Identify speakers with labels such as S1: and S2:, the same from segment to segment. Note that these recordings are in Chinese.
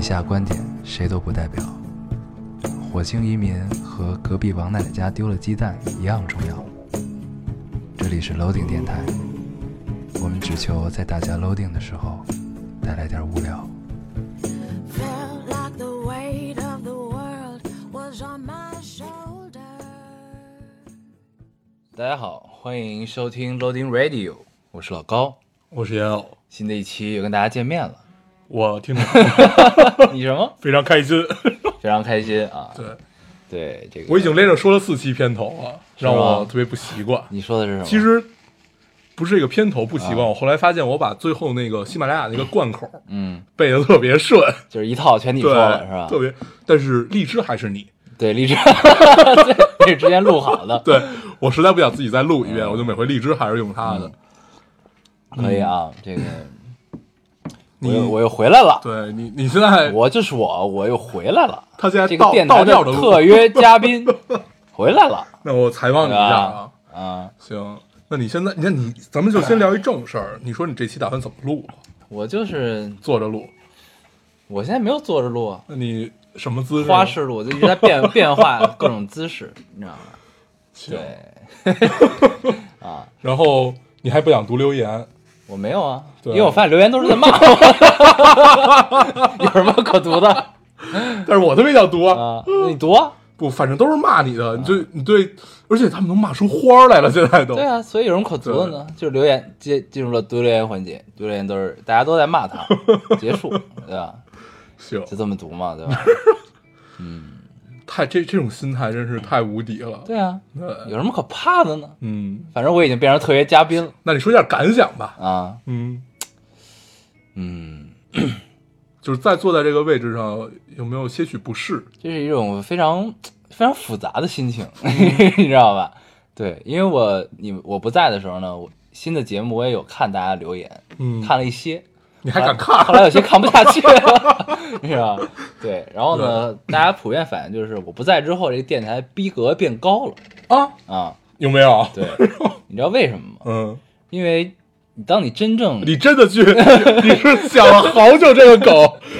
S1: 下观点谁都不代表。火星移民和隔壁王奶奶家丢了鸡蛋一样重要。这里是 Loading 电台，我们只求在大家 Loading 的时候带来点无聊。
S2: Felt like the weight of the world was on my shoulders.
S1: 大家好，欢迎收听 Loading Radio，我是老高。
S3: 我是烟偶，
S1: 新的一期又跟大家见面了，
S3: 我听着
S1: 你什么？
S3: 非常开心。
S1: 非常开心啊！
S3: 对
S1: 对，这个
S3: 我已经连着说了四期片头
S1: 吗
S3: 了，让我特别不习惯。
S1: 你说的啊是什么？
S3: 其实不是这个片头不习惯，我后来发现我把最后那个喜马拉雅那个贯口
S1: 嗯，
S3: 背的特别顺，
S1: 就是一套全你
S3: 对
S1: 说了是吧，？
S3: 特别。但是荔枝还是你，
S1: 对，荔枝，对，是之前录好的，
S3: 对我实在不想自己再录一
S1: 嗯
S3: 遍，我就每回荔枝还是用它的。
S1: 可以啊，这个我
S3: 你
S1: 又我又回来了，
S3: 对你，你现在
S1: 我就是我，我又回来了，
S3: 他现在
S1: 这个
S3: 倒
S1: 电台
S3: 倒
S1: 的
S3: 调着
S1: 特
S3: 录，
S1: 约嘉 宾回来了
S3: 那我采访你一下啊。
S1: 啊！
S3: 行，那你现在，你看你，咱们就先聊一正事儿。你说你这期打算怎么录？啊
S1: 我就是
S3: 坐着录？
S1: 我现在没有坐着录啊，
S3: 那你什么姿势？
S1: 花式录，我就一直在 变变化各种姿势，你知道吗？
S3: 行。
S1: 对， 啊，
S3: 然后你还不想读留言？
S1: 我没有啊，因
S3: 对
S1: 为我发现留言都是在骂我， 有什么可读的
S3: 但是我特别想读啊！
S1: 啊？那你读啊。
S3: 不，反正都是骂你的，你就你对，而且他们能骂出花儿来了，现在都
S1: 对啊，所以有什么可读的呢？就是留言接进入了读留言环节，读留言都是大家都在骂 他，结束，对吧？
S3: 行，
S1: 就这么读嘛，对吧？
S3: 太这这种心态真是太无敌了。
S1: 对啊，
S3: 对，
S1: 有什么可怕的呢？
S3: 嗯，
S1: 反正我已经变成特约嘉宾了
S3: 那你说一下感想吧。
S1: 啊，
S3: 嗯，
S1: 嗯，
S3: 就是在坐在这个位置上，有没有些许不适？
S1: 这是一种非常非常复杂的心情， 你知道吧？对，因为我你我不在的时候呢，我新的节目我也有看大家留言，
S3: 嗯，
S1: 看了一些，
S3: 你还敢
S1: 啊后
S3: 看？啊
S1: 来有些看不下去了， 是吧？对，然后呢，大家普遍反应就是我不在之后，这个电台逼格变高了
S3: 啊？
S1: 啊。
S3: 有没有？
S1: 对，你知道为什么吗？
S3: 嗯，
S1: 因为你当你真正，
S3: 你真的去， 你是想了好久这个 梗，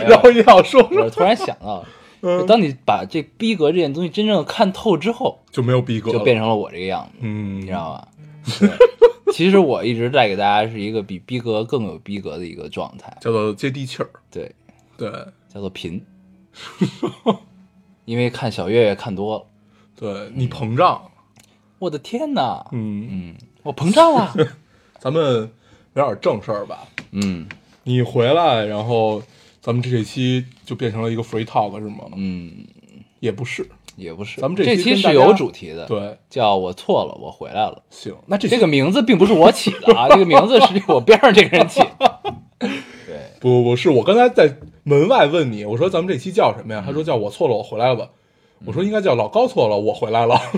S3: 然后你想说
S1: 我
S3: 说，
S1: 突然想到，就
S3: 嗯，
S1: 当你把这逼格这件东西真正看透之后，
S3: 就没有逼格了，
S1: 就变成了我这个样子，
S3: 嗯，
S1: 你知道吧？ 对其实我一直带给大家是一个比逼格更有逼格的一个状态，
S3: 叫做接地气儿。
S1: 对，
S3: 对
S1: 叫做 贫，因为看小岳岳看多了。
S3: 对，你膨胀，
S1: 我的天呐！
S3: 嗯，
S1: 嗯，我膨胀
S3: 啊
S1: 了。
S3: 咱们聊点正事儿吧。
S1: 嗯
S3: 你回来，然后咱们这期就变成了一个 free talk 是吗？
S1: 嗯，
S3: 也不是，
S1: 也不是。
S3: 咱们这
S1: 这
S3: 期跟
S1: 是
S3: 大家
S1: 有主题的，，
S3: 对，
S1: 叫我错了，我回来了。
S3: 行，那这
S1: 这
S3: 期
S1: 个名字并不是我起的 啊，这个名字是我边上这个人起的。对，
S3: 不不是，我刚才在门外问你，我说咱们这期叫什么
S1: 嗯
S3: 呀？他说叫我错了，我回来吧。我说应该叫老高错了，我回来了。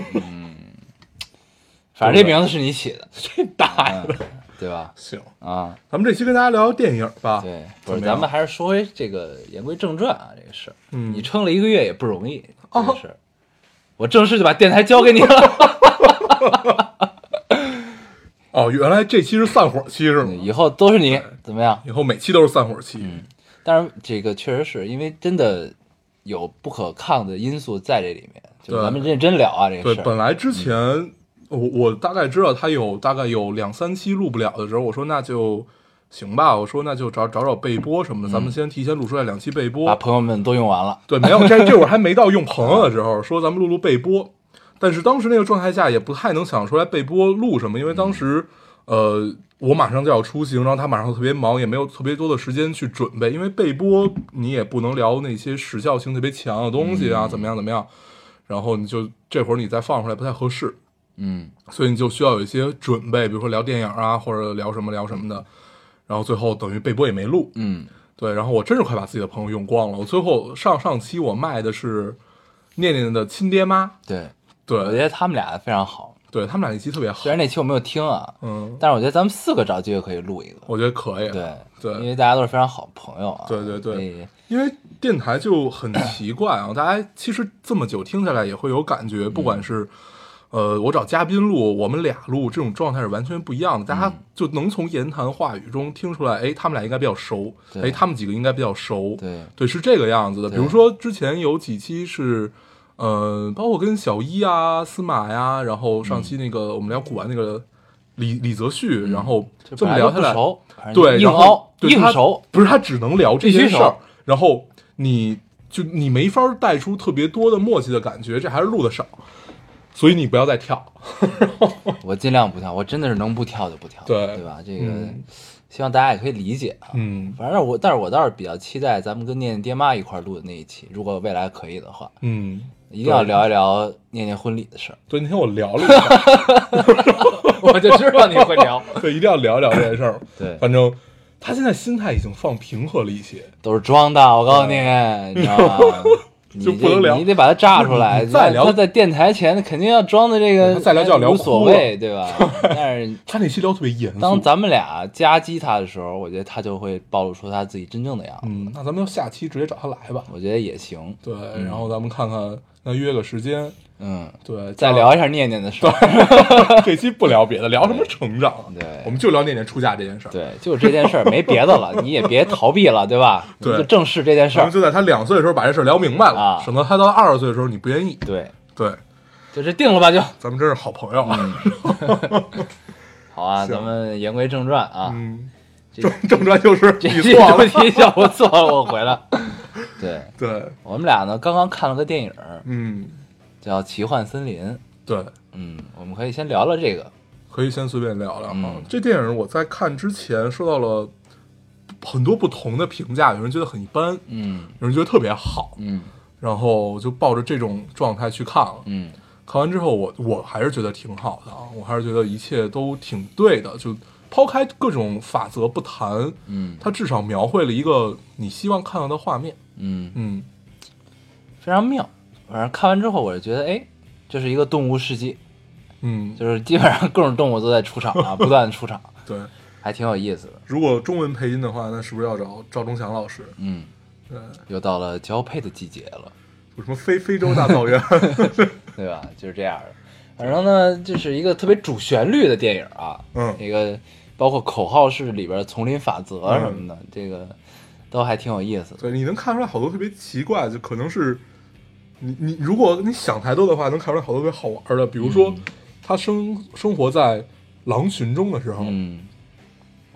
S1: 反正这名字是你起的，
S3: 这大爷
S1: 嗯
S3: 的，
S1: 对吧？
S3: 行，
S1: 啊，
S3: 咱们这期跟大家聊聊电影吧。
S1: 对，不
S3: 怎
S1: 是，
S3: 么
S1: 咱
S3: 样
S1: 们还是说回这个言归正传啊，这个事儿。
S3: 嗯
S1: 你撑了一个月也不容易，这个
S3: 哦
S1: 事儿。我正式就把电台交给你 了，
S3: 哦，原来这期是散伙期是吗？
S1: 以后都是你，怎么样？
S3: 以后每期都是散伙期。
S1: 但是这个确实是因为真的有不可抗的因素在这里面，就
S3: 对
S1: 咱们认真聊啊这个
S3: 对，
S1: 事
S3: 本
S1: 儿。
S3: 来之前、我我大概知道他有大概有两三期录不了的时候，我说那就行吧，我说那就找找找备播什么的，咱们先提前录出来两期备
S1: 把
S3: 播。
S1: 朋友们都用完了，
S3: 对，没有这这会儿还没到用朋友的时候，说咱们录录备播，但是当时那个状态下也不太能想出来备播录什么，因为当时、呃我马上就要出行，然后他马上特别忙，也没有特别多的时间去准备，因为备播你也不能聊那些时效性特别强的东西啊，怎么样怎么样，然后你就这会儿你再放出来不太合适。
S1: 嗯，
S3: 所以你就需要有一些准备，比如说聊电影啊，或者聊什么聊什么的。然后最后等于备播也没录，
S1: 嗯，
S3: 对。然后我真是快把自己的朋友用光了。我最后上上期我卖的是念念的亲爹妈，
S1: 对，我觉
S3: 对，
S1: 得他们俩非常好。
S3: 对他们俩那期特别好
S1: 哦虽，然那期我没有听啊，
S3: 嗯，
S1: 但是我觉得咱们四个找机会可以录一个，
S3: 我觉得可以。
S1: 对
S3: 对
S1: 因为大家都是非常好朋友啊。
S3: 对对对
S1: 所以
S3: 因为电台 就很奇怪啊，大家其实这么久听下来也会有感觉，不管是呃，我找嘉宾录，我们俩录，这种状态是完全不一
S1: 嗯
S3: 样的。大家就能从言谈话语中听出来，哎，他们俩应该比较熟，
S1: 对
S3: 哎，他们几个应该比较熟，
S1: 对
S3: 对，是这个样子的。比
S1: 对
S3: 如说之前有几期是，呃，包括跟小一啊、司马呀、然后上
S1: 嗯
S3: 期那个、我们聊古玩那个李李泽旭，然后
S1: 就
S3: 这
S1: 嗯本
S3: 么
S1: 来
S3: 聊
S1: 就
S3: 下
S1: 不
S3: 来，
S1: 熟反正
S3: 对，
S1: 硬
S3: 然后
S1: 凹
S3: 对
S1: 硬
S3: 他
S1: 熟，
S3: 不是他只能聊这
S1: 必须
S3: 些事儿
S1: 熟，
S3: 然后你就你没法带出特别多的默契的感觉，这还是录的少，所以你不要再跳。
S1: 我尽量不跳，我真的是能不跳就不跳，
S3: 对
S1: 对吧？这个
S3: 嗯
S1: 希望大家也可以理解啊。
S3: 嗯
S1: 反正我，但是我倒是比较期待咱们跟念念爹妈一块儿录的那一期，如果未来可以的话，
S3: 嗯，
S1: 一定要聊一聊念念婚礼的 事儿。
S3: 对，那天我聊了一下，
S1: 我就知道你会聊，
S3: 对，一定要聊一聊这件事儿。
S1: 对
S3: 反正他现在心态已经放平和了一些，
S1: 都是装的，我告诉你，你知道 吗？你
S3: 就
S1: 这
S3: 不能聊
S1: 你得把它炸出来。
S3: 你你再聊
S1: 他在电台前肯定要装的这个，
S3: 再聊就要聊
S1: 无
S3: 哭
S1: 所谓，对 吧？但是
S3: 他那期聊特别严肃。
S1: 当咱们俩夹击他的时候，我觉得他就会暴露出他自己真正的样子。
S3: 嗯，那咱们就下期直接找他来吧。
S1: 我觉得也行，
S3: 对，然后咱们看看，那约个时间，
S1: 嗯，
S3: 对，
S1: 再聊一下念念的事儿。
S3: 这期不聊别的，聊什么成长啊？
S1: 对
S3: 我们就聊那年出嫁这件事儿。，
S1: 对，就是这件事儿，没别的了，你也别逃避了，对吧？
S3: 对
S1: 你就正视这件事
S3: 咱
S1: 儿
S3: 们。就在他两岁的时候把这事儿聊明白了，
S1: 啊
S3: 省得他到二十岁的时候你不愿意。
S1: 对，
S3: 对，
S1: 就是定了吧，就
S3: 咱们真是好朋友啊。
S1: 好啊。
S3: 行
S1: 咱们言归正传啊，
S3: 嗯，
S1: 这
S3: 正正传就是
S1: 这
S3: 你
S1: 期
S3: 错
S1: 主
S3: 了。
S1: 题叫我错了，我回 来。对，
S3: 对，
S1: 我们俩呢刚刚看了个电影儿
S3: 嗯，
S1: 叫《奇幻森林》，
S3: 对，
S1: 嗯，我们可以先聊聊这个，
S3: 可以先随便聊聊啊。
S1: 嗯
S3: 这电影我在看之前收到了很多不同的评价，有人觉得很一般，
S1: 嗯
S3: 有人觉得特别好，
S1: 嗯
S3: 然后我就抱着这种状态去看了。
S1: 嗯
S3: 看完之后我，我还是觉得挺好的啊，我还是觉得一切都挺对的。就抛开各种法则不谈，
S1: 嗯
S3: 它至少描绘了一个你希望看到的画面。
S1: 嗯，
S3: 嗯，
S1: 非常妙。反正看完之后，我就觉得，哎，这是一个动物世纪，
S3: 嗯，
S1: 就是基本上各种动物都在出场啊，不断的出场，
S3: 对。
S1: 还挺有意思的。
S3: 如果中文配音的话，那是不是要找赵忠祥老师？
S1: 嗯，
S3: 对，
S1: 又到了交配的季节了，
S3: 有什么非非洲大草 原？
S1: 对吧？就是这样的。反正呢，这是一个特别主旋律的电影啊，
S3: 嗯
S1: 一个包括口号式里边的丛林法则什么的，这个都还挺有意思的。
S3: 嗯对，你能看出来好多特别奇怪，就可能是你你如果你想太多的话，能看出来好多特别好玩的。比如说，他生生活在狼群中的时候，
S1: 嗯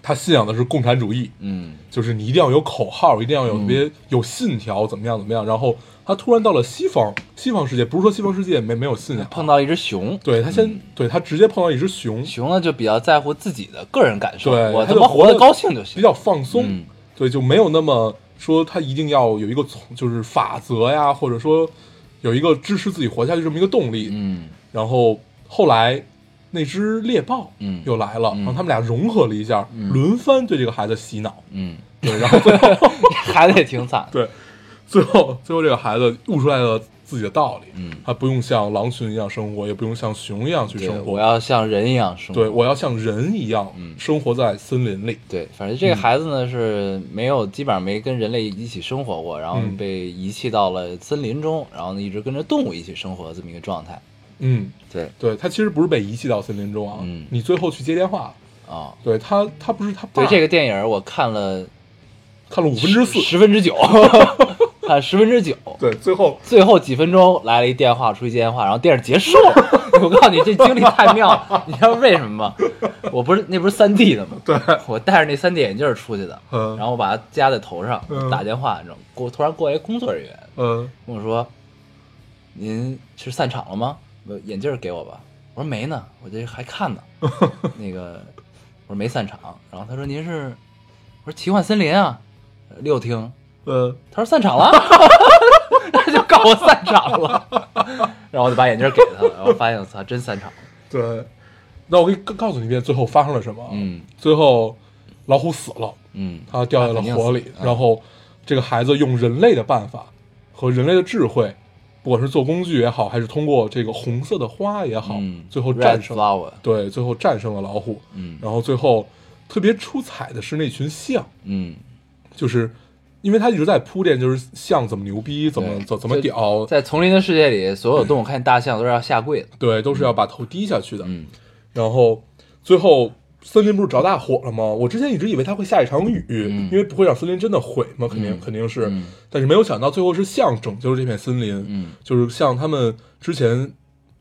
S3: 他信仰的是共产主义，
S1: 嗯
S3: 就是你一定要有口号，一定要有特别有信条，怎么样怎么样。然后他突然到了西方，西方世界不是说西方世界没没有信仰，
S1: 碰到一只熊，
S3: 对他先、对他直接碰到一只熊，
S1: 嗯熊呢就比较在乎自己的个人感受，
S3: 对
S1: 我
S3: 他
S1: 他
S3: 就
S1: 妈
S3: 活
S1: 活
S3: 得
S1: 得高兴就行。
S3: 比较放松，
S1: 嗯
S3: 对，就没有那么说他一定要有一个从就是法则呀，或者说有一个支持自己活下去这么一个动力。
S1: 嗯
S3: 然后后来那只猎豹
S1: 嗯
S3: 又来了，然后他们俩融合了一下，
S1: 嗯
S3: 轮番对这个孩子洗脑，
S1: 嗯，
S3: 对，然后最后。
S1: 孩子也挺惨的。
S3: 对，最后最后这个孩子悟出来了自己的道理，
S1: 嗯
S3: 他不用像狼群一样生活，也不用像熊一样去
S1: 对，
S3: 生
S1: 我
S3: 活，
S1: 要像人一样生活。
S3: 对我要像人一样
S1: 嗯
S3: 生活在森林里。
S1: 对反正这
S3: 嗯
S1: 个孩子呢是没有，基本上没跟人类一起生活过，然后
S3: 嗯
S1: 被遗弃到了森林中，然后呢一直跟着动物一起生活的这么一个状态。
S3: 嗯，
S1: 对
S3: 对他其实不是被遗弃到森林中啊，
S1: 嗯
S3: 你最后去接电话，
S1: 啊，
S3: 对他他不是他爸，
S1: 对这个电影我看了
S3: 看了五分之四
S1: 十，十分之九， 看十分之九。
S3: 对，最后
S1: 最后几分钟来了一电话，出一接电话，然后电影结束 了。我告诉你，这经历太妙 了，你知道为什么吗？我不是那不是三 D 的吗？
S3: 对，
S1: 我戴着那三 D 眼镜出去的，
S3: 嗯
S1: 然后我把它夹在头上
S3: 嗯，
S1: 打电话，你知道吗？给我突然过来一工作人员
S3: 嗯
S1: 跟我说：“您是散场了吗？我眼镜给我吧。”我说：“没呢，我这还看呢。” 那个我说没散场，然后他说：“您是？”我说：“奇幻森林啊，六厅。”
S3: 嗯，
S1: 他说散场 了，他就告我散场了，然后我就把眼镜给他了，然后发现我操，真散场 了。
S3: 对，那我给你告告诉你一遍最后发生了什么，啊
S1: 嗯，
S3: 最后老虎死了，
S1: 嗯
S3: 他掉在了火里，
S1: 啊
S3: 然后这个孩子用人类的办法和人类的智慧，不管是做工具也好，还是通过这个红色的花也好，
S1: 嗯，
S3: 最后
S1: Red
S3: 战胜
S1: flower，
S3: 对，最后战胜了老虎。
S1: 嗯
S3: 然后最后特别出彩的是那群象，
S1: 嗯
S3: 就是因为他一直在铺垫，就是象怎么牛逼，怎么
S1: 对
S3: 怎怎么
S1: 就
S3: 屌，
S1: 嗯在丛林的世界里，所有动物看见大象都是要下跪的。
S3: 对，都是要把头低下去的。
S1: 嗯，
S3: 然后最后森林不是着大火了吗？我之前一直以为它会下一场雨，
S1: 嗯
S3: 因为不会让森林真的毁嘛，肯定、
S1: 嗯
S3: 肯定是、
S1: 嗯
S3: 但是没有想到最后是象拯救了这片森林，
S1: 嗯
S3: 就是像他们之前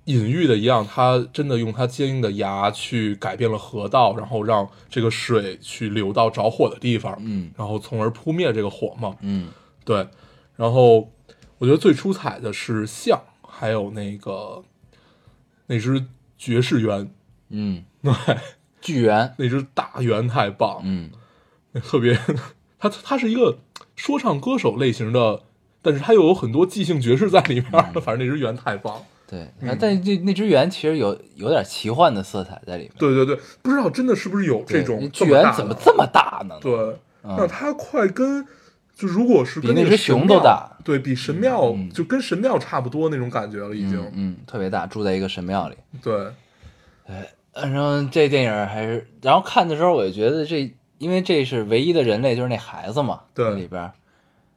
S3: 隐喻的一样，他真的用他坚硬的牙去改变了河道，然后让这个水去流到着火的地方，
S1: 嗯
S3: 然后从而扑灭这个火嘛。
S1: 嗯
S3: 对，然后我觉得最出彩的是象，还有那个那只爵士猿，
S1: 嗯，
S3: 对。
S1: 巨猿，
S3: 那只大猿太棒，
S1: 嗯
S3: 特别，他他是一个说唱歌手类型的，但是他又有很多即兴爵士在里面，
S1: 嗯
S3: 反正那只猿太棒。
S1: 对，但这那只猿其实有有点奇幻的色彩在里面。
S3: 对对对，不知道真的是不是有
S1: 对
S3: 这种
S1: 巨
S3: 么大
S1: 猿
S3: 的
S1: 怎么这么大呢？
S3: 对？
S1: 嗯
S3: 那他快跟就如果是
S1: 比
S3: 跟
S1: 那
S3: 个
S1: 只
S3: 神
S1: 熊都
S3: 庙
S1: 大，
S3: 对比神庙、
S1: 嗯
S3: 就跟神庙差不多那种感觉了，已经。
S1: 嗯嗯，特别大，住在一个神庙里。
S3: 对，
S1: 反正这电影还是，然后看的时候我就觉得这，因为这是唯一的人类，就是那孩子嘛，
S3: 对
S1: 里边儿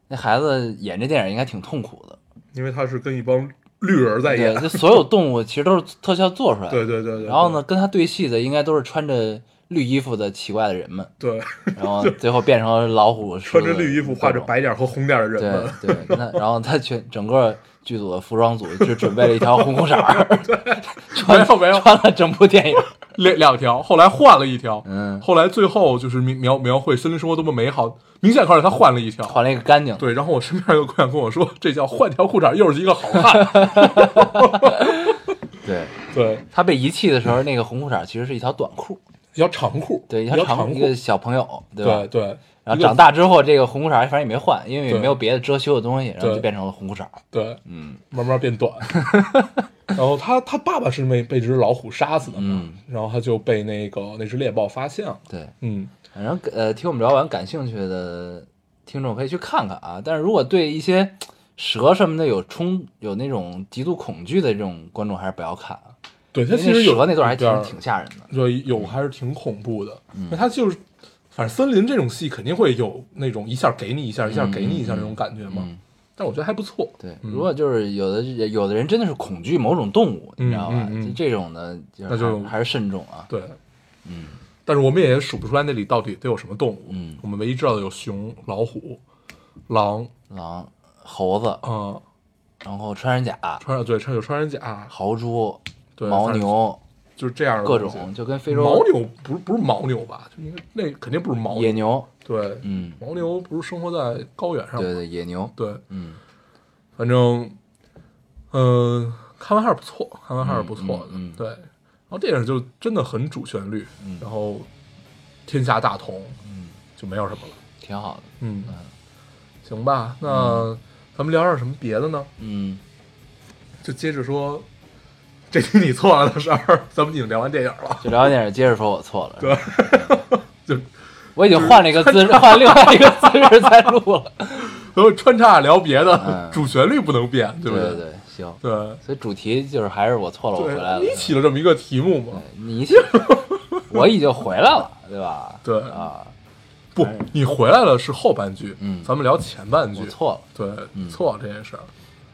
S1: 那孩子演这电影应该挺痛苦的，
S3: 因为他是跟一帮绿人在演
S1: 对，，就所有动物其实都是特效做出来的，
S3: 哎对对对对对。
S1: 然后呢，？跟他对戏的应该都是穿着绿衣服的奇怪的人 们，
S3: 对，
S1: 然后最后变成了老虎，
S3: 穿着
S1: 狮子
S3: 绿衣服、画着，白点儿和红点儿的
S1: 各
S3: 人
S1: 种
S3: 们，
S1: 对对，跟他，然后他全整个剧组的服装组只准备了一条红裤衩儿， 穿
S3: 没有没有
S1: 穿了整部电影，
S3: 两两条，后来换了一 条，
S1: 嗯
S3: 后来最后就是描描描绘森林生活多么美好，明显看出来他换了一条。
S1: 换了一个干净的。
S3: 对，然后我身边有个姑娘跟我说，这叫换条裤衩，又是一个好汉。
S1: 对，
S3: 对，
S1: 他被遗弃的时候，那个红裤衩其实是一条短裤，
S3: 要长裤，
S1: 对，一
S3: 要
S1: 条长一
S3: 裤
S1: 个，小朋友，对吧？
S3: 对对。
S1: 然后
S3: 一个
S1: 长大之后，这个红裤衩反正也没换，因为也
S3: 对
S1: 没有别的遮羞的东西，然后
S3: 对
S1: 就变成了红裤衩。
S3: 对，
S1: 嗯
S3: 慢 慢变短。然后他他爸爸是被被只老虎杀死的嘛，
S1: 嗯
S3: 然后他就被那个那只猎豹发现了。
S1: 对，
S3: 嗯，
S1: 反正呃，听我们聊完感兴趣的听众可以去看看啊。但是如果对一些蛇什么的有冲有那种极度恐惧的这种观众，还是不要看啊。
S3: 对
S1: 因
S3: 他
S1: 为
S3: 其实有
S1: 蛇那段还
S3: 有点
S1: 挺
S3: 儿
S1: 挺吓人的。
S3: 对，有还是挺恐怖的。
S1: 嗯
S3: 那他就是，反正森林这种戏肯定会有那种一下给你一下，一下给你一下这种感觉嘛。
S1: 嗯
S3: 但我觉得还不错。
S1: 对，如果就是有的有的人真的是恐惧某种动物，你知道吧？
S3: 嗯嗯嗯
S1: 就这种呢，就
S3: 那
S1: 是
S3: 就
S1: 还还是慎重啊。
S3: 对，嗯。但是我们也数不出来那里到底都有什么动物。
S1: 嗯
S3: 我们唯一知道的有熊、老虎、狼，
S1: 狼、猴子，
S3: 啊、
S1: 然后穿山甲、
S3: 穿对穿有穿山甲，
S1: 豪猪、
S3: 对
S1: 牦
S3: 反正
S1: 牛，
S3: 就是这样的
S1: 各
S3: 东西
S1: 种就跟非洲
S3: 牦牛不是不是牦牛吧？就应该那肯定不是牦
S1: 野
S3: 牛。
S1: 牛，
S3: 对，
S1: 嗯，
S3: 牦牛不是生活在高原上吗？
S1: 对对，野牛，
S3: 对，
S1: 嗯，
S3: 反正，嗯、看完还是不错，看完还是不错的，
S1: 嗯嗯嗯嗯
S3: 对。然后电影就真的很主旋律，然后天下大同，嗯，就没有什么了，
S1: 挺好的，
S3: 嗯，行吧，那咱们聊点什么别的呢？
S1: 嗯，
S3: 就接 着说，这期你错了的事儿， 咱们已经聊完电影了，
S1: 就聊完电影，接着说我错了，
S3: 对，就
S1: 我已经换了一个 姿势，换另外一个姿势在录了，
S3: 然后穿插着聊别的，
S1: 嗯
S3: 主旋律不能变，
S1: 对
S3: 不
S1: 对
S3: 对
S1: 对，行，
S3: 对
S1: 所以主题就是还是我错了，我回来了嗯
S3: 对，，你起了这么一个题目嘛？
S1: 你一起， 我已经回来了，对吧？
S3: 对
S1: 啊，
S3: 不
S1: 哎，
S3: 你回来了是后半句，
S1: 嗯
S3: 咱们聊前半句
S1: 我。错了。
S3: 对，
S1: 嗯
S3: 错了这件事儿，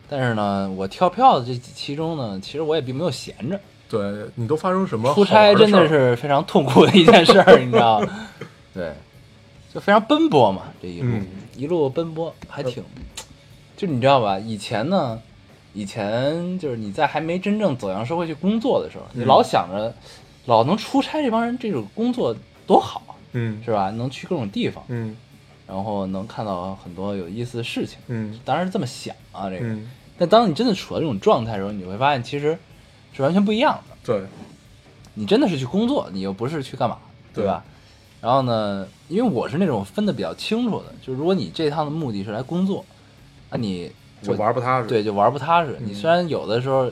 S1: 但是呢，我跳票的这其中呢，其实我也并没有闲着，
S3: 对你都发生什么？
S1: 出差真的，是非常痛苦的一件事儿，你知道 吗？对，就非常奔波嘛，这一路、
S3: 嗯
S1: 一路奔波，还挺，就你知道吧？以前呢，以前就是你在还没真正走向社会去工作的时候，
S3: 嗯
S1: 你老想着老能出差这帮人这种工作多好啊，
S3: 嗯
S1: 是吧？能去各种地方，
S3: 嗯
S1: 然后能看到很多有意思的事情，
S3: 嗯
S1: 当然是这么想啊，这个。
S3: 嗯，
S1: 但当你真的处在这种状态的时候，你会发现其实是完全不一样的。
S3: 对，
S1: 你真的是去工作，你又不是去干嘛，对吧？然后呢，因为我是那种分得比较清楚的，就是如果你这趟的目的是来工作，那你
S3: 就
S1: 我
S3: 玩不踏实。，
S1: 对就玩不踏实。
S3: 嗯
S1: 你虽然有的时候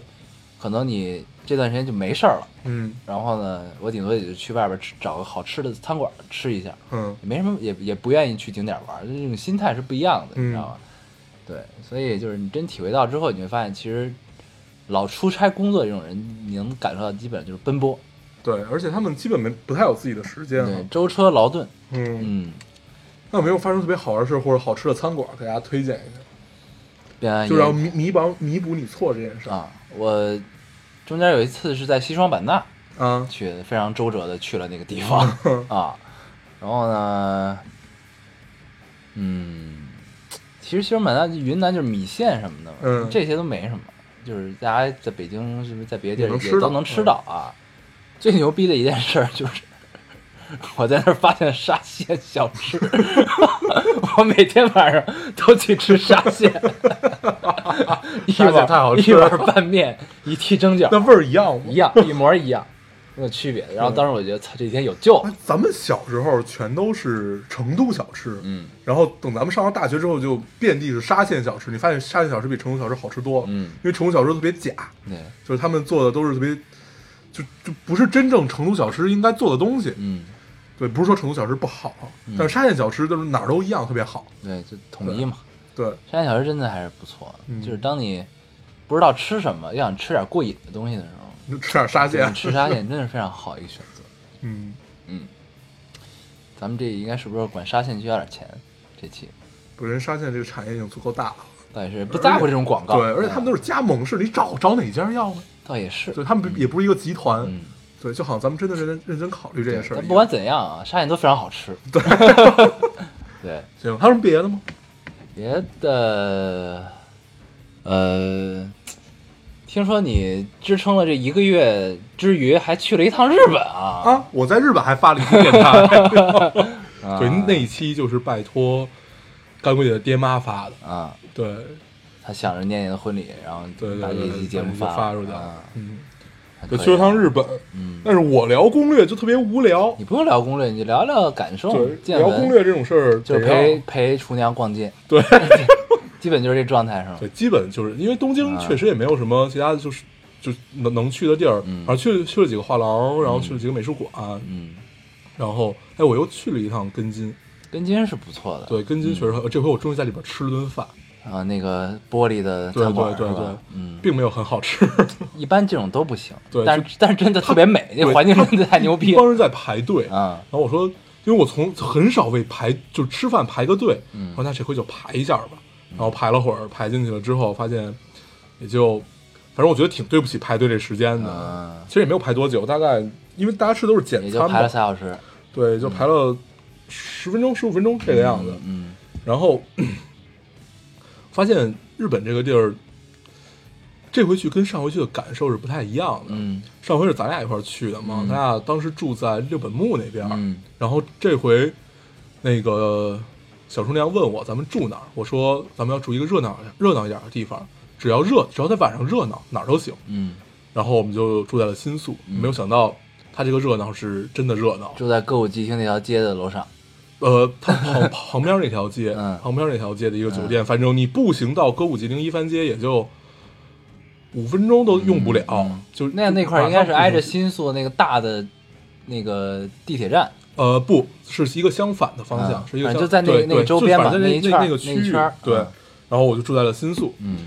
S1: 可能你这段时间就没事儿了，
S3: 嗯
S1: 然后呢，我顶多也就去外边吃找个好吃的餐馆吃一下，
S3: 嗯
S1: 也没什么，也也不愿意去景点玩，就这种心态是不一样的，
S3: 嗯
S1: 你知道吗？对，所以就是你真体会到之后，你会发现其实老出差工作这种人，你能感受到基本就是奔波，
S3: 对，而且他们基本没不太有自己的时间
S1: 对
S3: 了，。
S1: 舟车劳顿，
S3: 嗯，
S1: 嗯，
S3: 那有没有发生特别好玩的事或者好吃的餐馆给大家推荐一下？
S1: 便安
S3: 就
S1: 也
S3: 让弥弥补弥补你错这件事
S1: 哎啊，我中间有一次是在西双版纳
S3: 啊
S1: 去，非常周折的去了那个地 方啊，然后呢，嗯，其实西双版纳、云南就是米线什么的嘛，
S3: 嗯
S1: 这些都没什么，就是大家在北京是不是在别的地
S3: 也
S1: 儿
S3: 能
S1: 也
S3: 吃
S1: 都
S3: 到嗯
S1: 能吃到啊。最牛逼的一件事儿就是。我在那儿发现沙县小吃， 我每天晚上都去吃沙 县， 一
S3: 沙县
S1: 碗
S3: 太好吃
S1: 一
S3: 了
S1: 碗拌面，一屉蒸饺，
S3: 那味儿一样吗
S1: 一？样，一模一样，没有区别。然后当时我觉得，操，这几天有救
S3: 啊。咱们小时候全都是成都小吃，
S1: 嗯
S3: 然后等咱们上了大学之后，就遍地是沙县小吃。你发现沙县小吃比成都小吃好吃多了，
S1: 嗯
S3: 因为成都小吃特别假，
S1: 对，
S3: 就是他们做的都是特别，就就不是真正成都小吃应该做的东西。
S1: 嗯，
S3: 对，不是说成都小吃不好，但是沙县小吃就是哪儿都一样，特别好。
S1: 对，就统一嘛。
S3: 对，
S1: 山下小吃真的还是不错的，
S3: 嗯
S1: 就是当你不知道吃什么，又想吃点过瘾的东西的时 候，
S3: 就吃点沙县
S1: 你，吃沙县真的是非常好一个选择。
S3: 嗯，
S1: 嗯，咱们这应该是不是管沙县需要点钱？这期
S3: 不是人沙县这个产业已经足够大了。
S1: 倒也是不在乎这种广告，
S3: 对，而且他们都
S1: 是
S3: 是加盟式，你找找哪家要呢？
S1: 倒也是，
S3: 对他们也不是一个集团，
S1: 嗯，
S3: 对，就好像咱们真的认真认真考虑这件事儿一
S1: 但
S3: 样。
S1: 不管怎样啊，沙县都非常好吃。 对， 对。
S3: 行，还有什么别的吗？
S1: 别的，呃，听说你支撑了这一个月之余，还去了一趟日本啊？
S3: 啊，我在日本还发了一期电台，
S1: 啊
S3: 对，那一期就是拜托干闺女的爹妈发的，
S1: 啊，
S3: 对
S1: 他想着念念的婚礼，然后
S3: 对对
S1: 把这
S3: 对，
S1: 一期节目
S3: 发
S1: 发
S3: 出去
S1: 啊
S3: 了，，嗯，
S1: 还
S3: 对，
S1: 可以
S3: 去了趟日本，
S1: 嗯，
S3: 但是我聊攻略就特别无聊，
S1: 你不用聊攻略，你就聊聊感受
S3: 对，，
S1: 嗯见
S3: 聊
S1: 闻，
S3: 攻略这种事儿
S1: 就是
S3: 得
S1: 陪
S3: 要
S1: 陪厨娘逛 街，
S3: 对
S1: 基本就是这状态是吗
S3: 对，？基本就是因为东京
S1: 啊
S3: 确实也没有什么其他的就是。就能能去的地儿，
S1: 嗯
S3: 然后去去了几个画廊，然后去了几个美术馆，
S1: 嗯，
S3: 然后哎，我又去了一趟根津，
S1: 根筋是不错的，
S3: 对，根津确实很，
S1: 嗯
S3: 这回我终于在里边吃了顿饭，
S1: 啊，那个玻璃的
S3: 对
S1: 餐馆
S3: 对对
S1: 是吧
S3: 对
S1: 嗯，
S3: 并没有很好吃，
S1: 一般这种都不行，
S3: 对
S1: 但是但是真的特别美，那
S3: 对
S1: 环境真的太牛
S3: 一
S1: 逼
S3: 帮
S1: 了
S3: 人在排队，然
S1: 啊！
S3: 后我说，因为我从很少为排就吃饭排个队，
S1: 嗯
S3: 然后那这回就排一下吧，然后排了会儿，排进去了之后发现也就，反正我觉得挺对不起排队这时间的，
S1: 嗯，
S3: 其实也没有排多久，大概因为大家吃都是简
S1: 也就
S3: 餐
S1: 排了
S3: 嘛，
S1: 仨小时
S3: 对，就排了十分钟十五分钟这个样子，
S1: 嗯，
S3: 然后发现日本这个地儿，这回去跟上回去的感受是不太一样的。
S1: 嗯
S3: 上回是咱俩一块儿去的嘛，
S1: 嗯
S3: 咱俩当时住在六本木那边儿，
S1: 嗯
S3: 然后这回那个小厨娘问我咱们住哪儿，我说咱们要住一个热闹热闹一点的地方，只要热只要在晚上热闹哪儿都行。
S1: 嗯，
S3: 然后我们就住在了新宿，没有想到它这个热闹是真的热闹，
S1: 住在歌舞伎町那条街的楼上，
S3: 呃，它旁旁边那条 街，
S1: 嗯
S3: 旁边那条街的一个酒店，反正你步行到歌舞伎町一番街也就五分钟都用不了，就
S1: 嗯那那块儿应该是
S3: 马上
S1: 挨着
S3: 步行
S1: 新宿那个大的那个地铁站，
S3: 呃不是一个相反的方向，
S1: 嗯
S3: 是一个
S1: 反正
S3: 相
S1: 就在那
S3: 对
S1: 那个
S3: 对
S1: 周边嘛
S3: 就反正
S1: 那
S3: 那
S1: 一
S3: 那
S1: 圈儿
S3: 那个
S1: 那一
S3: 域
S1: 圈儿
S3: 对
S1: 嗯，
S3: 然后我就住在了新宿，
S1: 嗯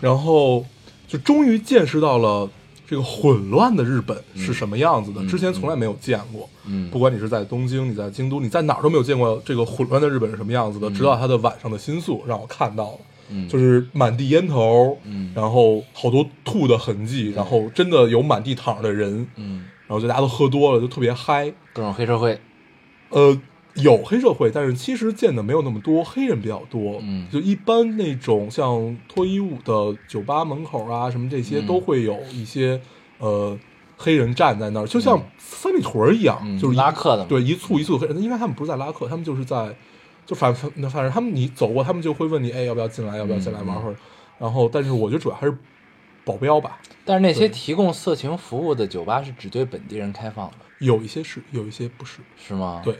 S3: 然后就终于见识到了这个混乱的日本是什么样子的，之前从来没有见过。
S1: 嗯
S3: 不管你是在东京，你在京都，你在哪儿都没有见过这个混乱的日本是什么样子的，直到他的晚上的新宿让我看到了。
S1: 嗯
S3: 就是满地烟头，
S1: 嗯
S3: 然后好多吐的痕迹，然后真的有满地躺着的人，
S1: 嗯，
S3: 然后就大家都喝多了，就特别嗨。
S1: 各种黑社会，
S3: 呃，有黑社会，但是其实见的没有那么多，黑人比较多。
S1: 嗯
S3: 就一般那种像脱衣舞的酒吧门口啊，什么这些、
S1: 嗯
S3: 都会有一些呃黑人站在那儿，就像三里屯儿一样，
S1: 嗯
S3: 就是一
S1: 拉客的嘛
S3: 对，一簇一簇的黑人，因为他们不是在拉客，他们就是在就反反反正他们你走过，他们就会问你，哎，要不要进来，要不要
S1: 嗯
S3: 进来玩会儿。然后，但是我觉得主要还是保镖吧，
S1: 但是那些提供色情服务的酒吧是只对本地人开放的，
S3: 有一些是，有一些不是。
S1: 是吗？
S3: 对，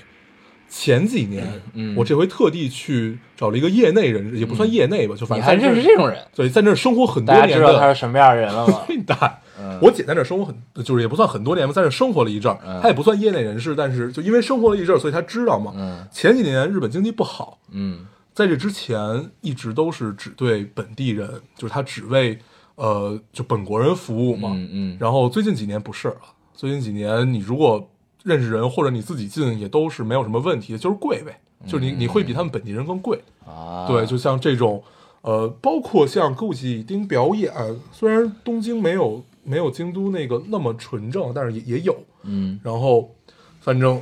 S3: 前几年，
S1: 嗯
S3: 我这回特地去找了一个业内人士，也不算业内吧，就反
S1: 你
S3: 正
S1: 还
S3: 在
S1: 认识
S3: 儿
S1: 这种人？
S3: 对，在那儿生活很多
S1: 大家
S3: 年
S1: 知道他
S3: 的
S1: 是什么样的人了 吗？
S3: 笨蛋。
S1: 嗯
S3: 我姐在那儿生活很，就是也不算很多年吧，在那儿生活了一阵儿
S1: 嗯，
S3: 她也不算业内人士，但是就因为生活了一阵儿，所以她知道嘛。
S1: 嗯
S3: 前几年日本经济不好，
S1: 嗯
S3: 在这之前一直都是只对本地人，就是他只为呃就本国人服务嘛。
S1: 嗯嗯
S3: 然后最近几年不是了，最近几年你如果认识人或者你自己进也都是没有什么问题的，就是贵呗。就是你你会比他们本地人更贵。
S1: 嗯啊，
S3: 对，就像这种，呃，包括像歌舞伎町表演，虽然东京没有没有京都那个那么纯正，但是也也有。
S1: 嗯
S3: 然后，反正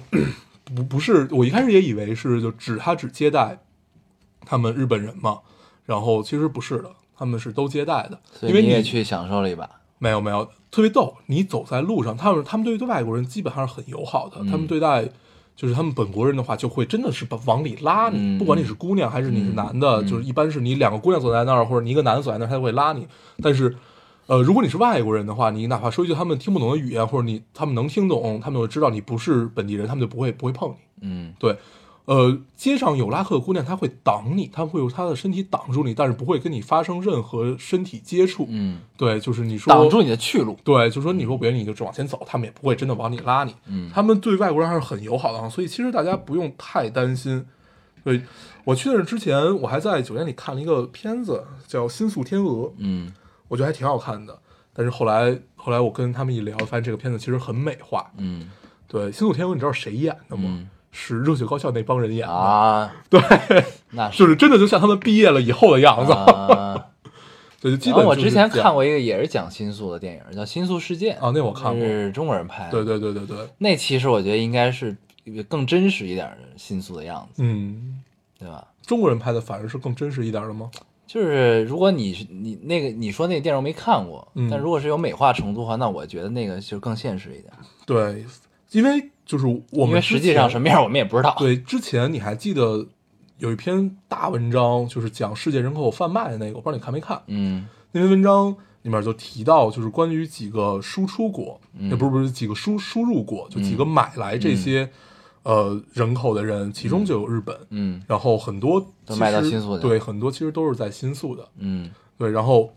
S3: 不不是，我一开始也以为是就只他只接待他们日本人嘛，然后其实不是的，他们是都接待的，
S1: 所
S3: 因
S1: 以
S3: 为
S1: 你也去享受了一把，
S3: 没有没有，特别逗。你走在路上，他们他们对对外国人基本上是很友好的，
S1: 嗯
S3: 他们对待就是他们本国人的话，就会真的是把往里拉你，
S1: 嗯
S3: 不管你是姑娘还是你是男的，
S1: 嗯
S3: 就是一般是你两个姑娘走在那儿，或者你一个男的走在那儿，他就会拉你。但是，呃，如果你是外国人的话，你哪怕说一句他们听不懂的语言，或者你他们能听懂，他们就知道你不是本地人，他们就不会不会碰你。
S1: 嗯
S3: 对，呃，街上有拉客的姑娘，她会挡你，她会用她的身体挡住你，但是不会跟你发生任何身体接触。
S1: 嗯，
S3: 对，就是你说
S1: 挡住你的去路，
S3: 对，就说你说不愿意你就只往前走，他们也不会真的往里拉你。
S1: 嗯
S3: 他们对外国人还是很友好的啊，所以其实大家不用太担心。对，我去那儿之前，我还在酒店里看了一个片子，叫《新宿天鹅》，
S1: 嗯
S3: 我觉得还挺好看的。但是后来，后来我跟他们一聊，发现这个片子其实很美化。
S1: 嗯
S3: 对，《新宿天鹅》，你知道谁演的吗？
S1: 嗯
S3: 是《热血高校》那帮人演 的，
S1: 啊，
S3: 对，
S1: 那
S3: 就是真的就像他们毕业了以后的样子。
S1: 啊。
S3: 对， 就基
S1: 然
S3: 本
S1: 后我
S3: 就是
S1: 之前
S3: 这样
S1: 看过一个也是讲新宿的电影，叫《新宿事件》
S3: 啊，那我看过。
S1: 是中国人拍的。
S3: 对对对对对，
S1: 那其实我觉得应该是更真实一点的新宿的样子，
S3: 嗯，
S1: 对吧？
S3: 中国人拍的反而是更真实一点的吗？
S1: 就是如果你是你那个你说那个电影我没看过，
S3: 嗯
S1: 但如果是有美化程度的话，那我觉得那个就更现实一点，
S3: 对，因为就是我
S1: 因为
S3: 们
S1: 实际上什
S3: 什
S1: 么样我们也不知道。
S3: 对之前你还记得有一篇大文章，就是讲世界人口贩卖的那个，我不知道你看没看？
S1: 嗯
S3: 那篇文章里面就提到，就是关于几个输出国，
S1: 嗯
S3: 也、不是不是几个输输入国，就几个买来这些、呃人口的人，其中就有日本，
S1: 嗯
S3: 然后很多
S1: 都
S3: 其
S1: 卖到
S3: 实
S1: 新宿去
S3: 对，很多其实都是在新宿的，
S1: 嗯
S3: 对，然后，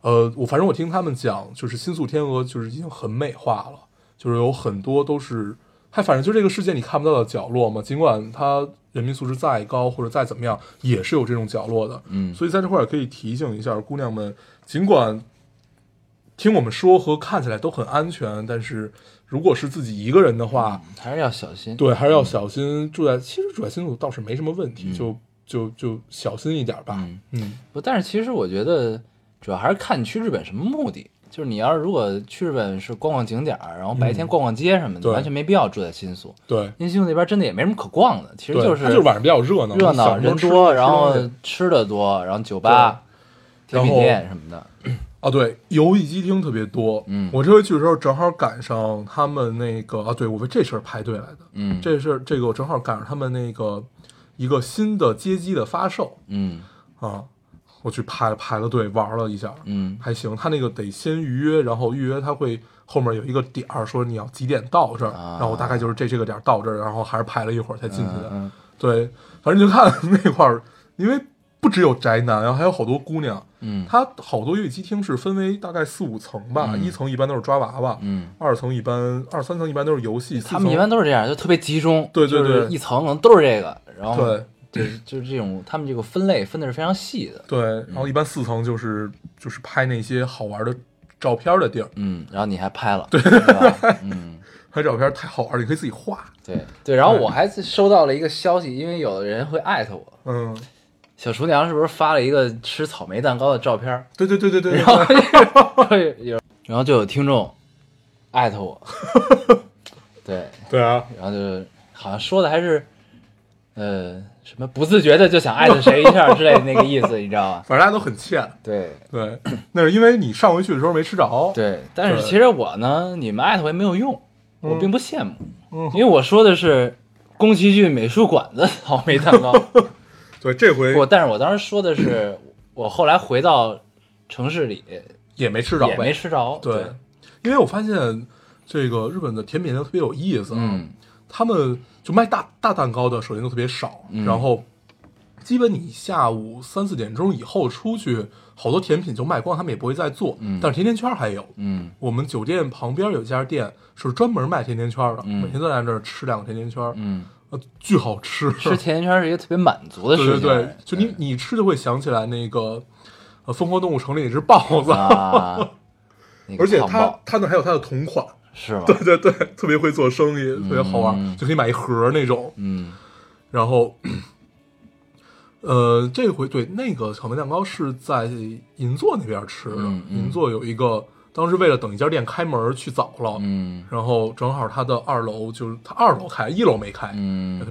S3: 呃，我反正我听他们讲，就是《新宿天鹅》就是已经很美化了，就是有很多都是，还反正就这个世界你看不到的角落嘛，尽管它人民素质再高或者再怎么样，也是有这种角落的。
S1: 嗯
S3: 所以在这块儿也可以提醒一下姑娘们，尽管听我们说和看起来都很安全，但是如果是自己一个人的话，
S1: 嗯还是要小心。
S3: 对，还是要小心。住在其实住在新宿倒是没什么问题，就就就小心一点吧。
S1: 嗯
S3: 嗯
S1: 不，但是其实我觉得主要还是看你去日本什么目的。就是你要是如果去日本是逛逛景点儿，然后白天逛逛街什么的，
S3: 嗯对
S1: 完全没必要住在新宿，
S3: 对。
S1: 因为新宿那边真的也没什么可逛的，其实
S3: 对，
S1: 就
S3: 它
S1: 是
S3: 就晚上比较热闹，
S1: 热闹
S3: 小时候
S1: 人
S3: 吃
S1: 多，
S3: 吃
S1: 然后
S3: 东西
S1: 吃的多，然后酒吧、
S3: 对
S1: 甜品
S3: 然后
S1: 店什么的。
S3: 啊，对，游戏机厅特别多。
S1: 嗯
S3: 我这回去的时候正好赶上他们那个啊，对我为这事儿排队来的。
S1: 嗯
S3: 这事儿这个我正好赶上他们那个一个新的街机的发售
S1: 嗯
S3: 啊，我去排排了队玩了一下，
S1: 嗯
S3: 还行。他那个得先预约，然后预约他会后面有一个点儿说你要几点到这儿，
S1: 啊
S3: 然后我大概就是这这个点儿到这儿，然后还是排了一会儿才进去的。
S1: 嗯
S3: 对，反正就看那块儿，因为不只有宅男，然后还有好多姑娘。
S1: 嗯
S3: 它好多乐器厅是分为大概四五层吧，一层一般都是抓娃娃，
S1: 嗯，
S3: 二层一般二三层一般都是游戏，
S1: 他们一般都是这样，就特别集中，
S3: 对对
S1: 就是
S3: 对
S1: 一层可能都是这个，然后就
S3: 对
S1: 是就是这种他们这个分类分的是非常细的，
S3: 对，然后一般四层就是就是拍那些好玩的照片的地儿，
S1: 嗯，然后你还拍了，对吧？嗯，
S3: 拍照片太好玩了，你可以自己画，
S1: 对对，然后我还收到了一个消息，因为有的人会艾特我，
S3: 嗯，
S1: 小厨娘是不是发了一个吃草莓蛋糕的照片儿？
S3: 对对对对对
S1: 然
S3: 对，
S1: 后有，然后就有听众艾特 我， 对，
S3: 对啊，
S1: 然后就好像说的还是，呃，什么不自觉的就想艾特谁一下之类的那个意思，你知道吗？
S3: 反正大家都很欠，
S1: 对
S3: 对，那是因为你上回去的时候没吃着，，
S1: 对，但是
S3: 对
S1: 其实我呢，你们艾特我也没有用，我
S3: 嗯
S1: 并不羡慕，
S3: 嗯
S1: 因为我说的是宫崎骏美术馆的草莓蛋糕，
S3: 对，这回
S1: 我但是我当时说的是，我后来回到城市里
S3: 也没吃着
S1: 也
S3: 呗
S1: 没，吃着，对，
S3: 对，因为我发现这个日本的甜品店特别有意思，
S1: 嗯，
S3: 他们就卖大大蛋糕的，首先就特别少，
S1: 嗯
S3: 然后基本你下午三四点钟以后出去，好多甜品就卖光，他们也不会再做。
S1: 嗯
S3: 但是甜甜圈还有，
S1: 嗯
S3: 我们酒店旁边有一家店是专门卖甜甜圈的，
S1: 嗯
S3: 每天都在那儿吃两个甜甜圈，
S1: 嗯。
S3: 呃，巨好吃。
S1: 吃甜甜圈是一个特别满足的
S3: 对对
S1: 事情，哎
S3: 对，就你你吃就会想起来那个，呃，《疯狂动物城》里那只豹子，
S1: 啊，那个
S3: 而且
S1: 胖
S3: 它
S1: 豹
S3: 它那还有它的同款，
S1: 是吗？
S3: 对对对，特别会做生意，特别好玩，
S1: 嗯
S3: 就可以买一盒那种。
S1: 嗯
S3: 然后， 呃，这回对那个草莓蛋糕是在银座那边吃的，
S1: 嗯嗯
S3: 银座有一个，当时为了等一家店开门去早了，
S1: 嗯
S3: 然后正好它的二楼就是它二楼开，一楼没开，也特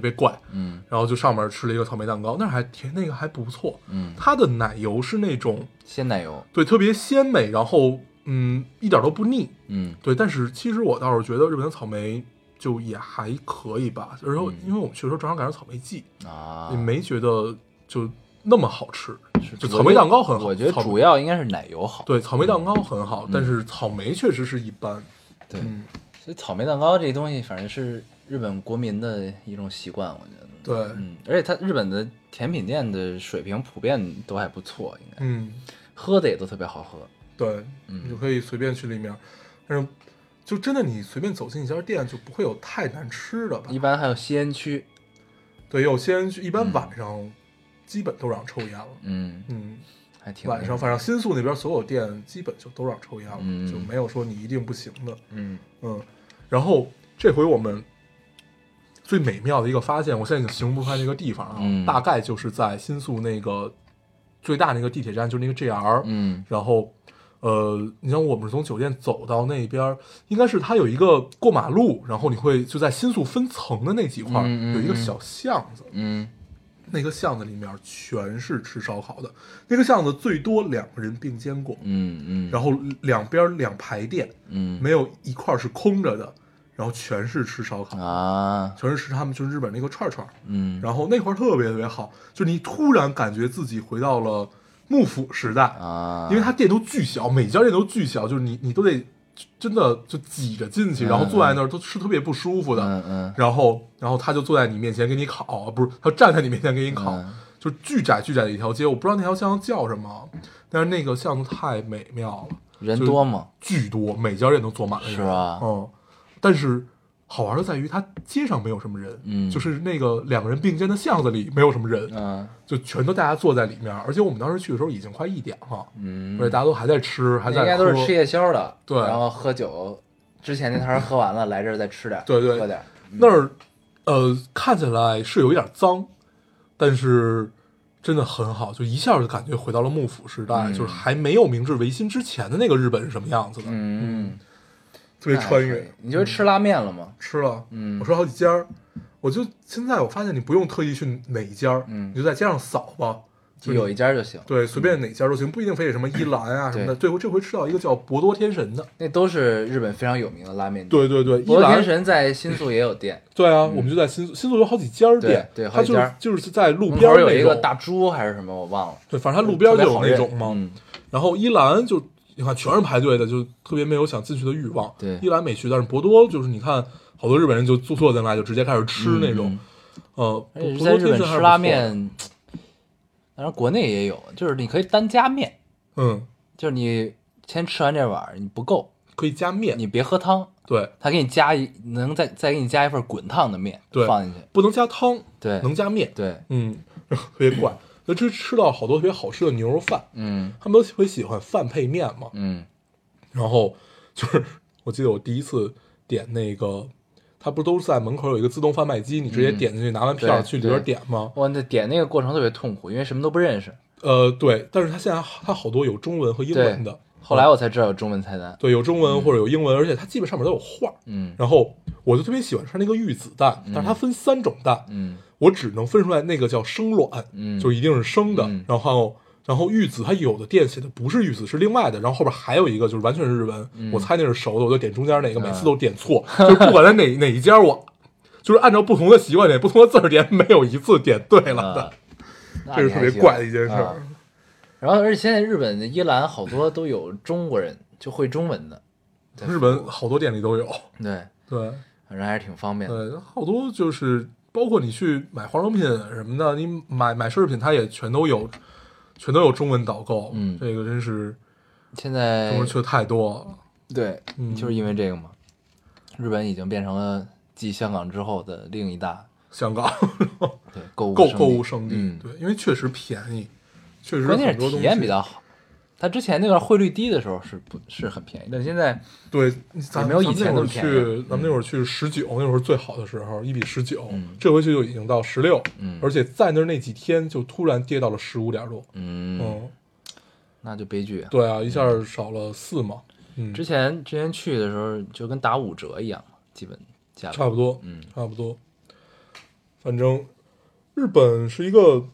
S1: 嗯
S3: 别怪，
S1: 嗯
S3: 然后就上面吃了一个草莓蛋糕，那还挺那个还不错，
S1: 嗯，
S3: 它的奶油是那种
S1: 鲜奶油，
S3: 对特别鲜美，然后嗯一点都不腻，
S1: 嗯
S3: 对，但是其实我倒是觉得日本的草莓就也还可以吧，然后
S1: 嗯
S3: 因为我们去的时候正好赶上草莓季，
S1: 啊
S3: 也，没觉得就那么好吃。
S1: 是
S3: 就
S1: 我
S3: 草
S1: 觉
S3: 莓
S1: 得
S3: 蛋糕很好
S1: 我觉得
S3: 草莓
S1: 主要应该是奶油好。
S3: 对，草莓蛋糕很好，但是草莓确实是一般。
S1: 嗯对，
S3: 嗯，
S1: 所以草莓蛋糕这东西，反正是日本国民的一种习惯，我觉得。
S3: 对，
S1: 嗯，而且它日本的甜品店的水平普遍都还不错，应该、
S3: 嗯，
S1: 喝的也都特别好喝。
S3: 对，
S1: 嗯
S3: 你就可以随便去里面，但是就真的你随便走进一家店，就不会有太难吃的吧
S1: 一？般还有吸烟区，
S3: 对，有些人去一般
S1: 嗯
S3: 晚上基本都让抽烟了。
S1: 嗯，
S3: 嗯，
S1: 还挺
S3: 晚上反正新宿那边所有店基本就都让抽烟了，
S1: 嗯
S3: 就没有说你一定不行的。
S1: 嗯
S3: 嗯，然后这回我们最美妙的一个发现，我现在已经形容不出来那个地方啊，
S1: 嗯
S3: 大概就是在新宿那个最大那个地铁站，就是那个 JR，、
S1: 嗯
S3: 然后呃，你像我们是从酒店走到那边儿，应该是它有一个过马路，然后你会就在新宿分层的那几块儿、
S1: 嗯嗯
S3: 有一个
S1: 嗯
S3: 小巷子，
S1: 嗯
S3: 那个巷子里面全是吃烧烤的，那个巷子最多两个人并肩过，
S1: 嗯嗯，
S3: 然后两边儿两排店。
S1: 嗯
S3: 没有一块儿是空着的，然后全是吃烧烤，
S1: 啊
S3: 全是吃他们就是日本那个串串儿。
S1: 嗯
S3: 然后那块儿特别特别好，就你突然感觉自己回到了幕府时代，
S1: 啊，
S3: 因为它店都巨小，每家店都巨小，就是你你都得真的就挤着进去，
S1: 嗯
S3: 然后坐在那儿都是特别不舒服的。
S1: 嗯嗯
S3: 然后然后他就坐在你面前给你烤，不是他站在你面前给你烤，
S1: 嗯
S3: 就巨窄巨窄的一条街，我不知道那条巷子叫什么，但是那个巷子太美妙了。
S1: 人
S3: 就
S1: 多吗？
S3: 巨多，每家店都坐满了人，
S1: 是吧
S3: 嗯，但是好玩的在于它街上没有什么人，
S1: 嗯
S3: 就是那个两个人并肩的巷子里没有什么人，
S1: 嗯
S3: 就全都大家坐在里面，而且我们当时去的时候已经快一点了，
S1: 嗯，
S3: 而且大家都还在吃，还
S1: 那
S3: 在
S1: 应该都是
S3: 喝
S1: 吃夜宵的，
S3: 对
S1: 然后喝酒，之前那摊儿喝完了，来这儿再吃点儿，
S3: 对对
S1: 喝点儿，
S3: 那儿，呃，看起来是有一点脏，但是真的很好，就一下就感觉回到了幕府时代，
S1: 嗯
S3: 就是还没有明治维新之前的那个日本是什么样子的，
S1: 嗯，哎
S3: 特别
S1: 那还
S3: 穿
S1: 可以
S3: 越。
S1: 你就吃拉面了吗？
S3: 吃了，
S1: 嗯
S3: 我吃了好几家儿，我就现在我发现你不用特意去哪一家儿，
S1: 嗯
S3: 你就在街上扫吧，
S1: 就有一家就行，
S3: 嗯对，随便哪家儿都行，不一定非得什么一兰啊什么的。对，我这回吃到一个叫博多天神的，
S1: 那都是日本非常有名的拉面店。
S3: 对对对，一
S1: 博天
S3: 兰，
S1: 神在新宿也有店，
S3: 对啊，我们就在新宿新宿有好几家儿店，
S1: 嗯对对
S3: 它
S1: 好几
S3: 就是
S1: 家
S3: 就是在路
S1: 门
S3: 边
S1: 口
S3: 儿
S1: 有一
S3: 那
S1: 个
S3: 种，
S1: 大猪还是什么，我忘了。
S3: 对，反正它路边儿就有那种嘛，
S1: 嗯
S3: 然后一兰就你看全是排队的，就特别没有想进去的欲望。
S1: 对
S3: 一兰没去，但是博多就是你看好多日本人就坐坐在那就直接开始吃那种，
S1: 嗯
S3: 呃，
S1: 而且
S3: 博
S1: 在
S3: 多
S1: 日
S3: 天
S1: 本
S3: 神还是
S1: 吃
S3: 不
S1: 拉
S3: 错的，
S1: 面，当然国内也有，就是你可以单加面，
S3: 嗯，
S1: 就是你先吃完这碗儿你不够，
S3: 可以加面，
S1: 你别喝汤，
S3: 对，
S1: 他给你加一能再再给你加一份滚烫的面
S3: 对
S1: 放进去，
S3: 不能加汤，
S1: 对
S3: 能加面，
S1: 对，
S3: 嗯，特别怪。就吃吃到好多特别好吃的牛肉饭，
S1: 嗯
S3: 他们都会喜欢饭配面嘛。
S1: 嗯
S3: 然后就是我记得我第一次点那个，他不是都是在门口有一个自动贩卖机，你直接点进去拿完
S1: 嗯
S3: 票
S1: 对
S3: 去里边
S1: 对
S3: 点吗？
S1: 哇，那点那个过程特别痛苦，因为什么都不认识。
S3: 呃，对，但是它现在它好多有中文和英文的，
S1: 后来我才知道有中文菜单。
S3: 对有中文或者有英文，而且它基本上面都有画。
S1: 嗯
S3: 然后我就特别喜欢吃那个玉子蛋，但是它分三种蛋，
S1: 嗯
S3: 我只能分出来那个叫生卵，
S1: 嗯
S3: 就一定是生的。
S1: 嗯
S3: 然后，然后玉子它有的店写的不是玉子，是另外的。然后后边还有一个就是完全是日文，
S1: 嗯
S3: 我猜那是熟的，我就点中间那个，每次都点错，就是不管在哪 哪一家我。就是按照不同的习惯点不同的字儿点，没有一次点对了的
S1: 啊，，那
S3: 这是
S1: 你
S3: 特
S1: 还
S3: 别
S1: 行
S3: 怪的一件事
S1: 啊
S3: 儿。
S1: 然后，而且现在日本的伊兰好多都有中国人，就会中文的，对
S3: 日本好多店里都有，
S1: 对，
S3: 对
S1: 反正还是挺方便的。
S3: 对，好多就是包括你去买化妆品什么的，你买买奢侈品，它也全都有，全都有中文导购。
S1: 嗯
S3: 这个真是
S1: 现
S3: 中
S1: 在
S3: 国人去的太多了。
S1: 对
S3: 嗯，
S1: 就是因为这个嘛，日本已经变成了继香港之后的另一大
S3: 香港
S1: 对购物
S3: 购
S1: 地
S3: 购物圣地，
S1: 嗯，
S3: 对，因为确实便宜，确实
S1: 关键
S3: 很
S1: 是
S3: 多东
S1: 体
S3: 西
S1: 验比较好。它之前那段汇率低的时候是不是很便宜，但是现在
S3: 对，咱
S1: 也没有
S3: 咱
S1: 以前那
S3: 那会儿
S1: 么
S3: 去
S1: 便宜，
S3: 咱们那会儿去十九，那会儿最好的时候一比十九
S1: 嗯，
S3: 这回去就已经到十六，
S1: 嗯
S3: 而且在那儿那几天就突然跌到了十五点多，
S1: 嗯，
S3: 嗯，
S1: 那就悲剧啊。
S3: 对啊，一下少了四嘛，嗯，
S1: 之前之前去的时候就跟打五折一样嘛，基本价格
S3: 差不多，
S1: 嗯
S3: 差不多。反正日本是一个，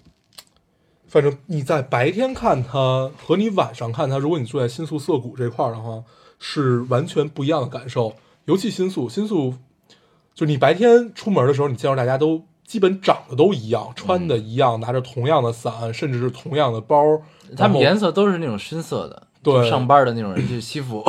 S3: 反正你在白天看它和你晚上看它，如果你住在新宿涩谷这块儿的话，是完全不一样的感受。尤其新宿，新宿就你白天出门的时候，你见到大家都基本长得都一样，穿的一样，拿着同样的伞，甚至是同样的包。
S1: 他们
S3: 然后
S1: 颜色都是那种深色的，
S3: 对
S1: 就上班的那种人，就是西 服，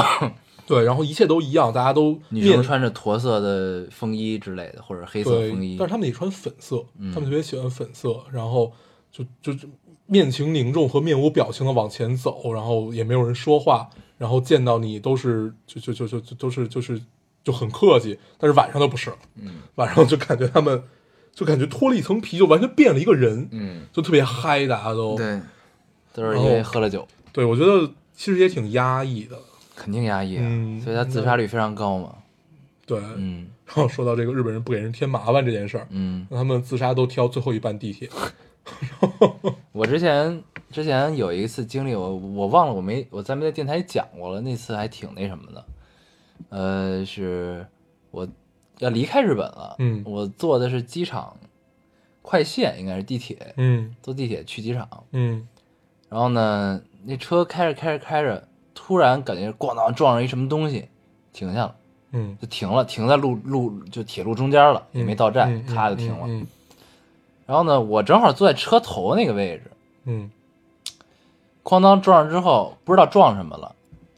S3: 对，然后一切都一样，大家都
S1: 女生
S3: 面
S1: 穿着驼色的风衣之类的，或者黑色
S3: 对，
S1: 风衣嗯
S3: 但。是他们也穿粉色，他们特别喜欢粉色，然后就就就面情凝重和面无表情的往前走，然后也没有人说话，然后见到你都是就就就就就都是就是就很客气，但是晚上都不是，嗯，晚上就感觉他们就感觉脱了一层皮，就完全变了一个人，
S1: 嗯，
S3: 就特别嗨，大家都，
S1: 对，都是因为喝了酒，
S3: 对我觉得其实也挺压抑的，
S1: 肯定压抑啊，
S3: 嗯
S1: 所以他自杀率非常高嘛。
S3: 对，
S1: 嗯
S3: 然后说到这个日本人不给人添麻烦这件事儿，
S1: 嗯，
S3: 他们自杀都挑最后一班地铁，
S1: 我之前之前有一次经历，我我忘了我没我在没在电台讲过了，那次还挺那什么的，呃，是我要离开日本了，
S3: 嗯
S1: 我坐的是机场快线，应该是地铁，
S3: 嗯
S1: 坐地铁去机场，
S3: 嗯
S1: 然后呢，那车开着开着开着，突然感觉咣当撞上一什么东西，停下了，
S3: 嗯。
S1: 就停了，停在路路就铁路中间了，也没到站，
S3: 嗯
S1: 咔就停了。
S3: 嗯
S1: 然后呢，我正好坐在车头那个位置，
S3: 嗯
S1: 哐当撞上之后，不知道撞什么了。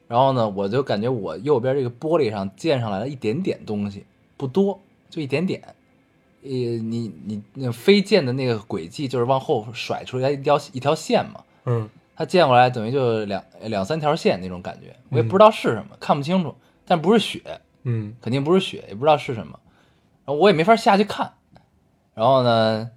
S1: 然后呢，我就感觉我右边这个玻璃上溅上来了一点点东西，不多，就一点点。呃，你你那飞溅的那个轨迹就是往后甩出来一条一条线嘛，
S3: 嗯
S1: 它溅过来等于就两两三条线那种感觉，我也不知道是什么，看不清楚，但不是血，
S3: 嗯
S1: 肯定不是血，也不知道是什么，然后我也没法下去看。然后呢，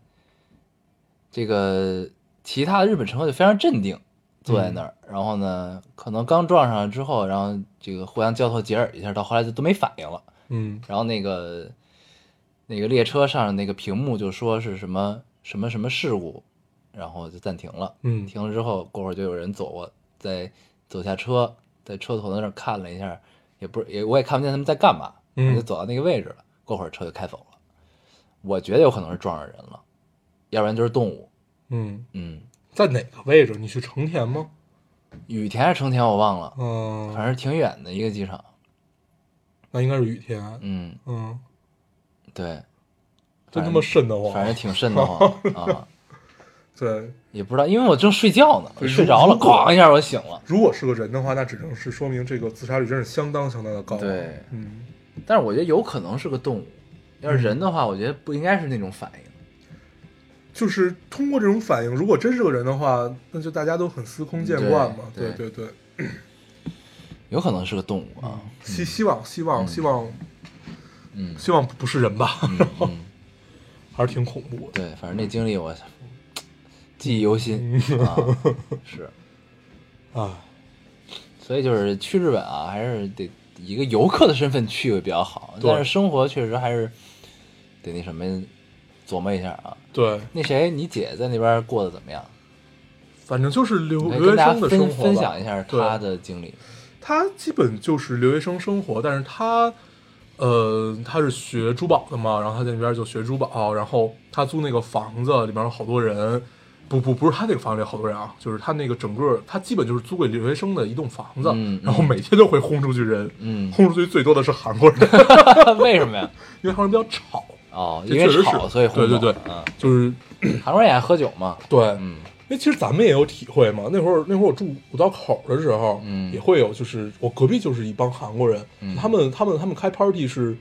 S1: 这个其他的日本乘客就非常镇定，坐在那儿。然后呢，可能刚撞上之后，然后这个互相交头接耳一下，到后来就都没反应了。
S3: 嗯
S1: 然后那个那个列车上的那个屏幕就说是什么什么什么事故，然后就暂停了。
S3: 嗯
S1: 停了之后，过会儿就有人走过，在走下车，在车头那儿看了一下，也不是也我也看不见他们在干嘛，
S3: 嗯
S1: 我就走到那个位置了。过会儿车就开走了，我觉得有可能是撞上人了，要不然就是动物。
S3: 嗯，
S1: 嗯，
S3: 在哪个位置？你去成田吗？
S1: 羽田还是成田我忘了，
S3: 嗯，
S1: 反正挺远的一个机场。
S3: 那应该是雨天。
S1: 嗯，
S3: 嗯，
S1: 对，
S3: 真他妈瘆得慌。
S1: 反正挺瘆得 慌的啊。
S3: 对，
S1: 也不知道，因为我正睡觉呢，
S3: 对
S1: 睡着了，
S3: 如果
S1: 哐一下我醒了。
S3: 如果是个人的话，那只能是说明这个自杀率真是相当相当的高。，
S1: 对，
S3: 嗯，
S1: 但是我觉得有可能是个动物，要是人的话，我觉得不应该是那种反应。
S3: 就是通过这种反应，如果真是个人的话，那就大家都很司空见惯嘛。对
S1: 嗯对
S3: 对对，
S1: 有可能是个动物啊。
S3: 希希望希望希望
S1: 嗯
S3: 希望不是人吧，
S1: 嗯，嗯
S3: 还是挺恐怖的。
S1: 对，反正那经历我记忆犹 新啊，是。
S3: 啊，
S1: 所以就是去日本啊，还是得以一个游客的身份去会比较好。
S3: 对
S1: 但是生活确实还是得那什么琢磨一下啊。
S3: 对，
S1: 那谁，你姐在那边过得怎么样？
S3: 反正就是留
S1: 可以
S3: 留
S1: 跟
S3: 学
S1: 大
S3: 生
S1: 家
S3: 的生
S1: 分
S3: 活吧
S1: 分享一下
S3: 对
S1: 她的经历。
S3: 他基本就是留学生生活，但是他，呃，他是学珠宝的嘛，然后他在那边就学珠宝，然后他租那个房子里面有好多人，不不不是他那个房子里有好多人啊，就是他那个整个他基本就是租给留学生的一栋房子，
S1: 嗯
S3: 然后每天都会轰出去人，
S1: 嗯
S3: 轰出去最多的是韩国人，
S1: 为什么呀？
S3: 因为韩国人比较吵，
S1: 哦，
S3: 这
S1: 因
S3: 确
S1: 为
S3: 实
S1: 吵
S3: 是，
S1: 所以轰
S3: 对
S1: 走
S3: 对对，
S1: 嗯，
S3: 就是
S1: 韩国人也爱喝酒嘛，
S3: 对，
S1: 嗯
S3: 因为哎其实咱们也有体会嘛，那会儿那会儿我住五道口的时候，
S1: 嗯
S3: 也会有，就是我隔壁就是一帮韩国人，他们他们他们开 party 是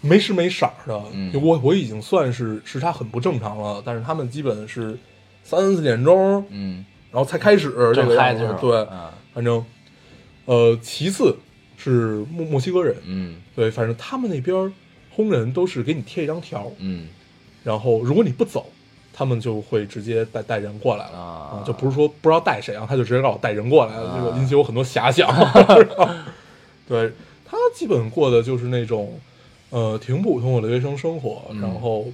S3: 没时没色儿的，
S1: 嗯
S3: 我我已经算是时差很不正常了，但是他们基本是三四点钟，
S1: 嗯，
S3: 然后才开始这
S1: 正
S3: 个
S1: 嗨
S3: 样
S1: 的
S3: 子
S1: 时，候，
S3: 对，
S1: 嗯
S3: 反正呃，其次是墨墨西哥人，
S1: 嗯
S3: 对，反正他们那边儿轰人都是给你贴一张条儿，
S1: 嗯
S3: 然后如果你不走，他们就会直接带带人过来了
S1: 啊
S3: 啊，就不是说不知道带谁啊，他就直接告诉我带人过来了，
S1: 啊
S3: 这个引起我很多 遐想。 对他基本过的就是那种呃挺普通的留学生生活，
S1: 嗯
S3: 然后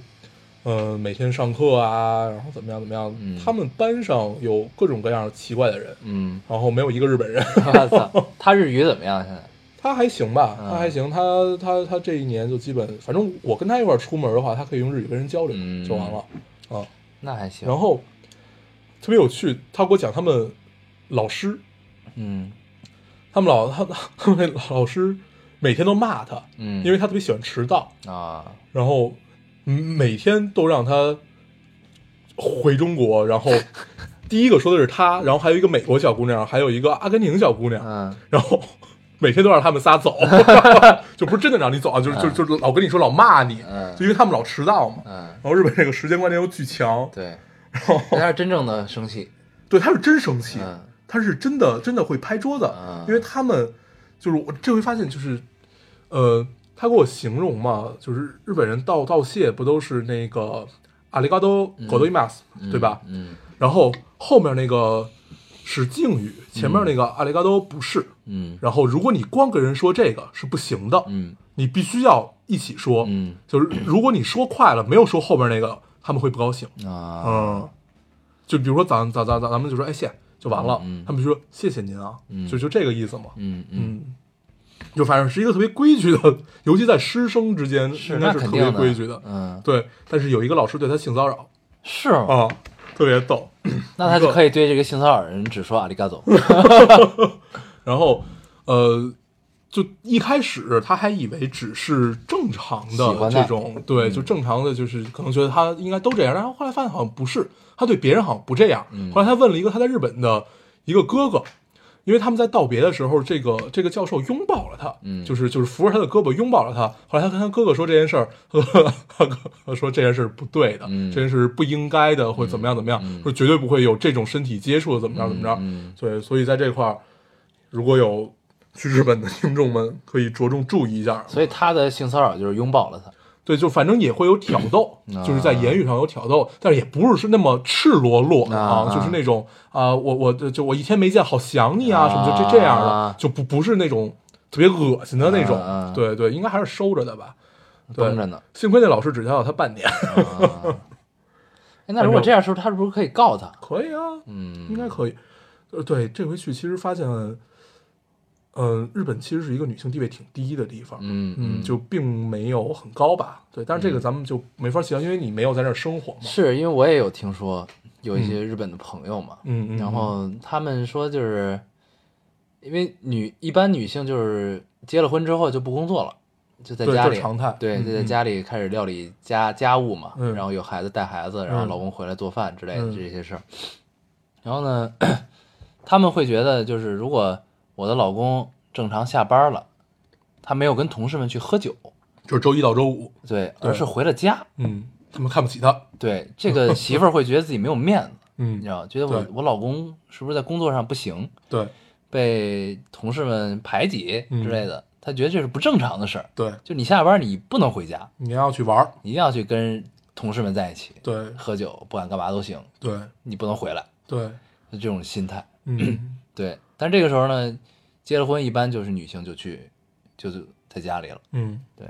S3: 呃每天上课啊，然后怎么样怎么样。
S1: 嗯
S3: 他们班上有各种各样奇怪的人，
S1: 嗯，
S3: 然后没有一个日本人。
S1: 我操，他日语怎么样？现在
S3: 他还行吧，
S1: 嗯
S3: 他还行，他他他这一年就基本，反正我跟他一块儿出门的话，他可以用日语跟人交流，
S1: 嗯
S3: 就完了啊。
S1: 那还行。
S3: 然后特别有趣，他给我讲他们老师，
S1: 嗯
S3: 他们老他他们那老师每天都骂他，
S1: 嗯，
S3: 因为他特别喜欢迟到，
S1: 啊，
S3: 然后嗯每天都让他回中 国，然后第一个说的是他，然后还有一个美国小姑娘，还有一个阿根廷小姑娘，
S1: 嗯
S3: 然后每天都让他们 仨走，就不是真的让你走啊，就是就就就老跟你说老骂你，
S1: 嗯
S3: 就因为他们老迟到嘛。
S1: 嗯，
S3: 然后日本这个时间观念又巨强，
S1: 对，他是真正的生气。
S3: 对，他是真生气，
S1: 嗯
S3: 他是真的真的会拍桌子，
S1: 嗯
S3: 因为他们就是我这回发现就是，呃，他给我形容嘛，就是日本人道道谢不都是那个阿里嘎多狗多伊马斯对吧？
S1: 嗯
S3: 然后后面那个是敬语，前面那个阿里嘎多不是。
S1: 嗯
S3: 然后如果你光跟人说这个是不行的，
S1: 嗯
S3: 你必须要一起说。
S1: 嗯
S3: 就是如果你说快了，没有说后边那个，他们会不高兴。
S1: 啊
S3: 嗯，就比如说咱咱咱咱咱们就说哎谢就完了，
S1: 嗯嗯
S3: 他们就说谢谢您啊，
S1: 嗯
S3: 就就这个意思嘛。
S1: 嗯嗯，
S3: 嗯，就反正是一个特别规矩的， 尤其在师生之间应该
S1: 那
S3: 是
S1: 肯定
S3: 特别
S1: 的
S3: 规矩的。
S1: 嗯，
S3: 对，但是有一个老师对他性骚扰
S1: 是吗？
S3: 啊，特别逗。
S1: 那他就可以对这个性骚扰人只说阿里嘎多。
S3: 然后呃，就一开始他还以为只是正常
S1: 喜
S3: 的
S1: 欢嗯
S3: 这
S1: 他
S3: 种，对，就正常的，就是可能觉得他应该都这样，然后后来发现好像不是，他对别人好像不这样。
S1: 嗯
S3: 后来他问了一个他在日本的一个哥哥。因为他们在道别的时候，这个这个教授拥抱了他，
S1: 嗯
S3: 就是就是扶着他的胳膊拥抱了他。后来他跟他哥哥说这件事儿，呵呵他哥哥说这件事儿不对的，
S1: 嗯
S3: 这件事儿不应该的，或者怎么样怎么样，说绝对不会有这种身体接触的，怎么着怎么着。
S1: 嗯
S3: 所以所以在这块儿，如果有去日本的听众们，可以着重注意一下。
S1: 所以他的性骚扰就是拥抱了他。
S3: 对，就反正也会有挑逗，
S1: 嗯
S3: 就是在言语上有挑逗，但是也不是是那么赤裸裸的啊，
S1: 啊
S3: 就是那种啊、我我就我一天没见，好想你啊，什么就这
S1: 啊
S3: 这样的，就不不是那种特别恶心的那种。
S1: 啊啊
S3: 对对，应该还是收着的吧。对
S1: 绷着 呢，啊
S3: 幸亏那老师只教了他半年，
S1: 哎那如果这样，是不是他是不是可以告他？
S3: 可以啊，
S1: 嗯，
S3: 应该可以。呃，对，这回去其实发现，嗯、日本其实是一个女性地位挺低的地方，
S1: 嗯
S3: 嗯，就并没有很高吧？对，但是这个咱们就没法形容，因为你没有在那儿生活嘛。
S1: 是因为我也有听说有一些日本的朋友嘛，
S3: 嗯，嗯
S1: 然后他们说就是因为女一般女性就是结了婚之后就不工作了，就在
S3: 对
S1: 家
S3: 这是
S1: 里
S3: 常态
S1: 对，
S3: 嗯
S1: 就在家里开始料理家家务嘛，
S3: 嗯
S1: 然后有孩子带孩子，然后
S3: 嗯
S1: 老公回来做饭之类的
S3: 嗯
S1: 这些事儿。然后呢， 他们会觉得就是如果我的老公正常下班了，他没有跟同事们去喝酒，
S3: 就是周一到周五，
S1: 对，
S3: 对
S1: 而是回了家，
S3: 嗯，他们看不起他，
S1: 对这个 媳妇儿会觉得自己没有面子，你
S3: 嗯
S1: 知，道吗？觉得我
S3: 对
S1: 我老公是不是在工作上不行？
S3: 对
S1: 被同事们排挤
S3: 嗯
S1: 之类的，他觉得这是不正常的事儿。
S3: 对，
S1: 就你下班你不能回家，
S3: 你要去玩儿，
S1: 你一定要去跟同事们在一起
S3: 对
S1: 喝酒，不管干嘛都行，
S3: 对
S1: 你不能回来，
S3: 对，
S1: 就这种心态。
S3: 嗯，
S1: 对，但这个时候呢，结了婚一般就是女性就去就是在家里了，
S3: 嗯，
S1: 所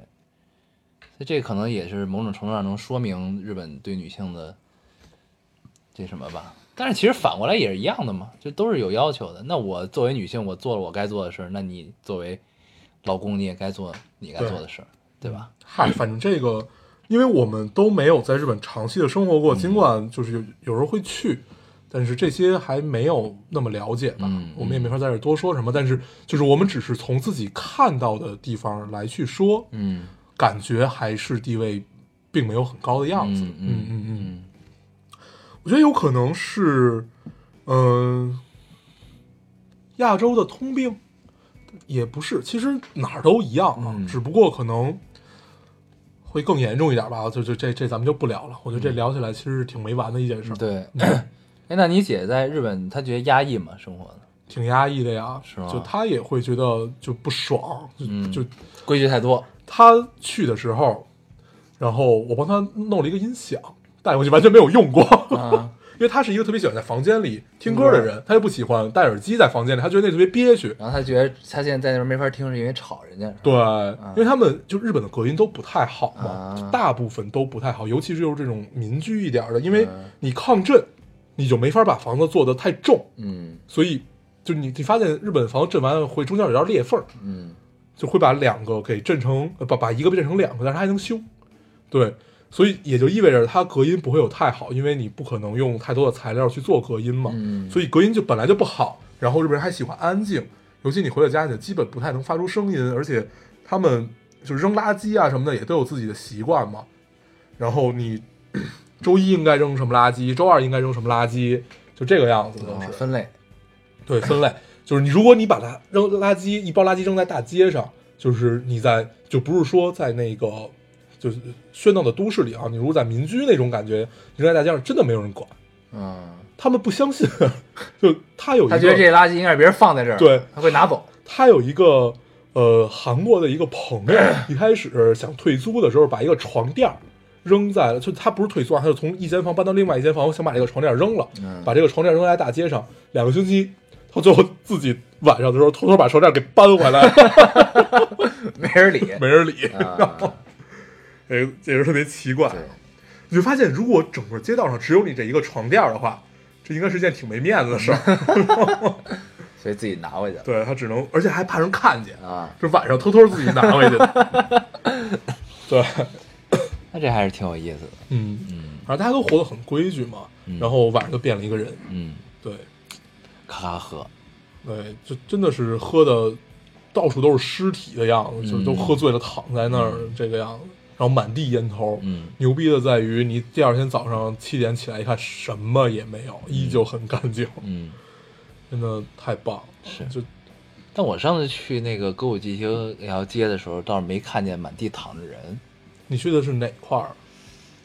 S1: 以这可能也是某种程度上能说明日本对女性的这什么吧。但是其实反过来也是一样的嘛，就都是有要求的。那我作为女性，我做了我该做的事儿，那你作为老公，你也该做你该做的事儿，对吧？
S3: 嗨，反正这个，因为我们都没有在日本长期的生活过，尽管就是有有时候会去，但是这些还没有那么了解吧，
S1: 嗯
S3: 我们也没法在这儿多说什么，但是就是我们只是从自己看到的地方来去说，
S1: 嗯
S3: 感觉还是地位并没有很高的样子，
S1: 嗯
S3: 嗯
S1: 嗯
S3: 嗯嗯
S1: 嗯
S3: 我觉得有可能是，嗯、亚洲的通病，也不是，其实哪儿都一样啊，
S1: 嗯
S3: 只不过可能会更严重一点吧。就就这这咱们就不聊了，我觉得这聊起来其实是挺没完的一件事，
S1: 嗯，对。哎，那你姐在日本，她觉得压抑吗？生活呢
S3: 挺压抑的呀。
S1: 是吗
S3: 就他也会觉得就不爽，就、
S1: 嗯
S3: 就
S1: 规矩太多，
S3: 他去的时候，然后我帮他弄了一个音响，带回去完全没有用过。
S1: 啊
S3: 因为他是一个特别喜欢在房间里听歌的
S1: 嗯
S3: 人，他就不喜欢戴耳机在房间里，他觉得那特别憋屈。
S1: 然后他觉得他现在在那边没法听，是因为吵人家。是吧
S3: 对，因为他们就日本的隔音都不太好嘛，
S1: 嗯啊
S3: 大部分都不太好，尤其是就是这种民居一点儿的，因为
S1: 嗯
S3: 你抗震，你就没法把房子做得太重，
S1: 嗯
S3: 所以就你你发现日本房子震完会中间有点裂缝儿，
S1: 嗯，
S3: 就会把两个给震成，呃把把一个被震成两个，但是它还能修，对，所以也就意味着它隔音不会有太好，因为你不可能用太多的材料去做隔音嘛，
S1: 嗯
S3: 所以隔音就本来就不好，然后日本人还喜欢安静，尤其你回到家里就基本不太能发出声音，而且他们就扔垃圾啊什么的也都有自己的习惯嘛，然后你周一应该扔什么垃圾，周二应该扔什么垃圾，就这个样子都
S1: 哦
S3: 是。
S1: 分类。
S3: 对，分类就是你，如果你把它扔垃圾一包垃圾扔在大街上，就是你在就不是说在那个就是喧闹的都市里啊，你如果在民居那种感觉，你扔在大街上真的没有人管，
S1: 嗯，
S3: 他们不相信， 就他有一
S1: 他觉得这
S3: 个
S1: 垃圾应该是别人放在这儿，
S3: 对
S1: 他会拿 走。
S3: 他有一个呃韩国的一个朋友，一开始想退租的时候把一个床垫儿。扔在了，就他不是退租啊，他就从一间房搬到另外一间房，想把这个床垫儿扔了，
S1: 嗯
S3: 把这个床垫儿扔在大街上。两个星期，他最后自己晚上的时候偷偷把床垫儿给搬回来了，
S1: 没人理。
S3: 没人理，
S1: 啊，
S3: 哎，也是特别奇怪
S1: 对。
S3: 你就发现，如果整个街道上只有你这一个床垫儿的话，这应该是件挺没面子的事 儿。
S1: 所以自己拿回去了。
S3: 对他只能，而且还怕人看见，
S1: 啊，
S3: 就晚上偷偷自己拿回去的。 对，
S1: 那这还是挺有意思的。
S3: 嗯嗯，反正大家都活得很规矩嘛，然后晚上就变了一个人。
S1: 嗯，
S3: 对，
S1: 咔咔喝。
S3: 对，就真的是喝的到处都是尸体的样
S1: 嗯
S3: 子，就是都喝醉了躺在那儿这个样子，然后满地烟头。
S1: 嗯，
S3: 牛逼的在于你第二天早上七点起来一看，什么也没有，依旧很干净，
S1: 嗯，
S3: 真的太棒了。
S1: 是
S3: 就
S1: 但我上次去那个歌舞伎町那条街的时候，倒是没看见满地躺着人，
S3: 你去的是哪块儿？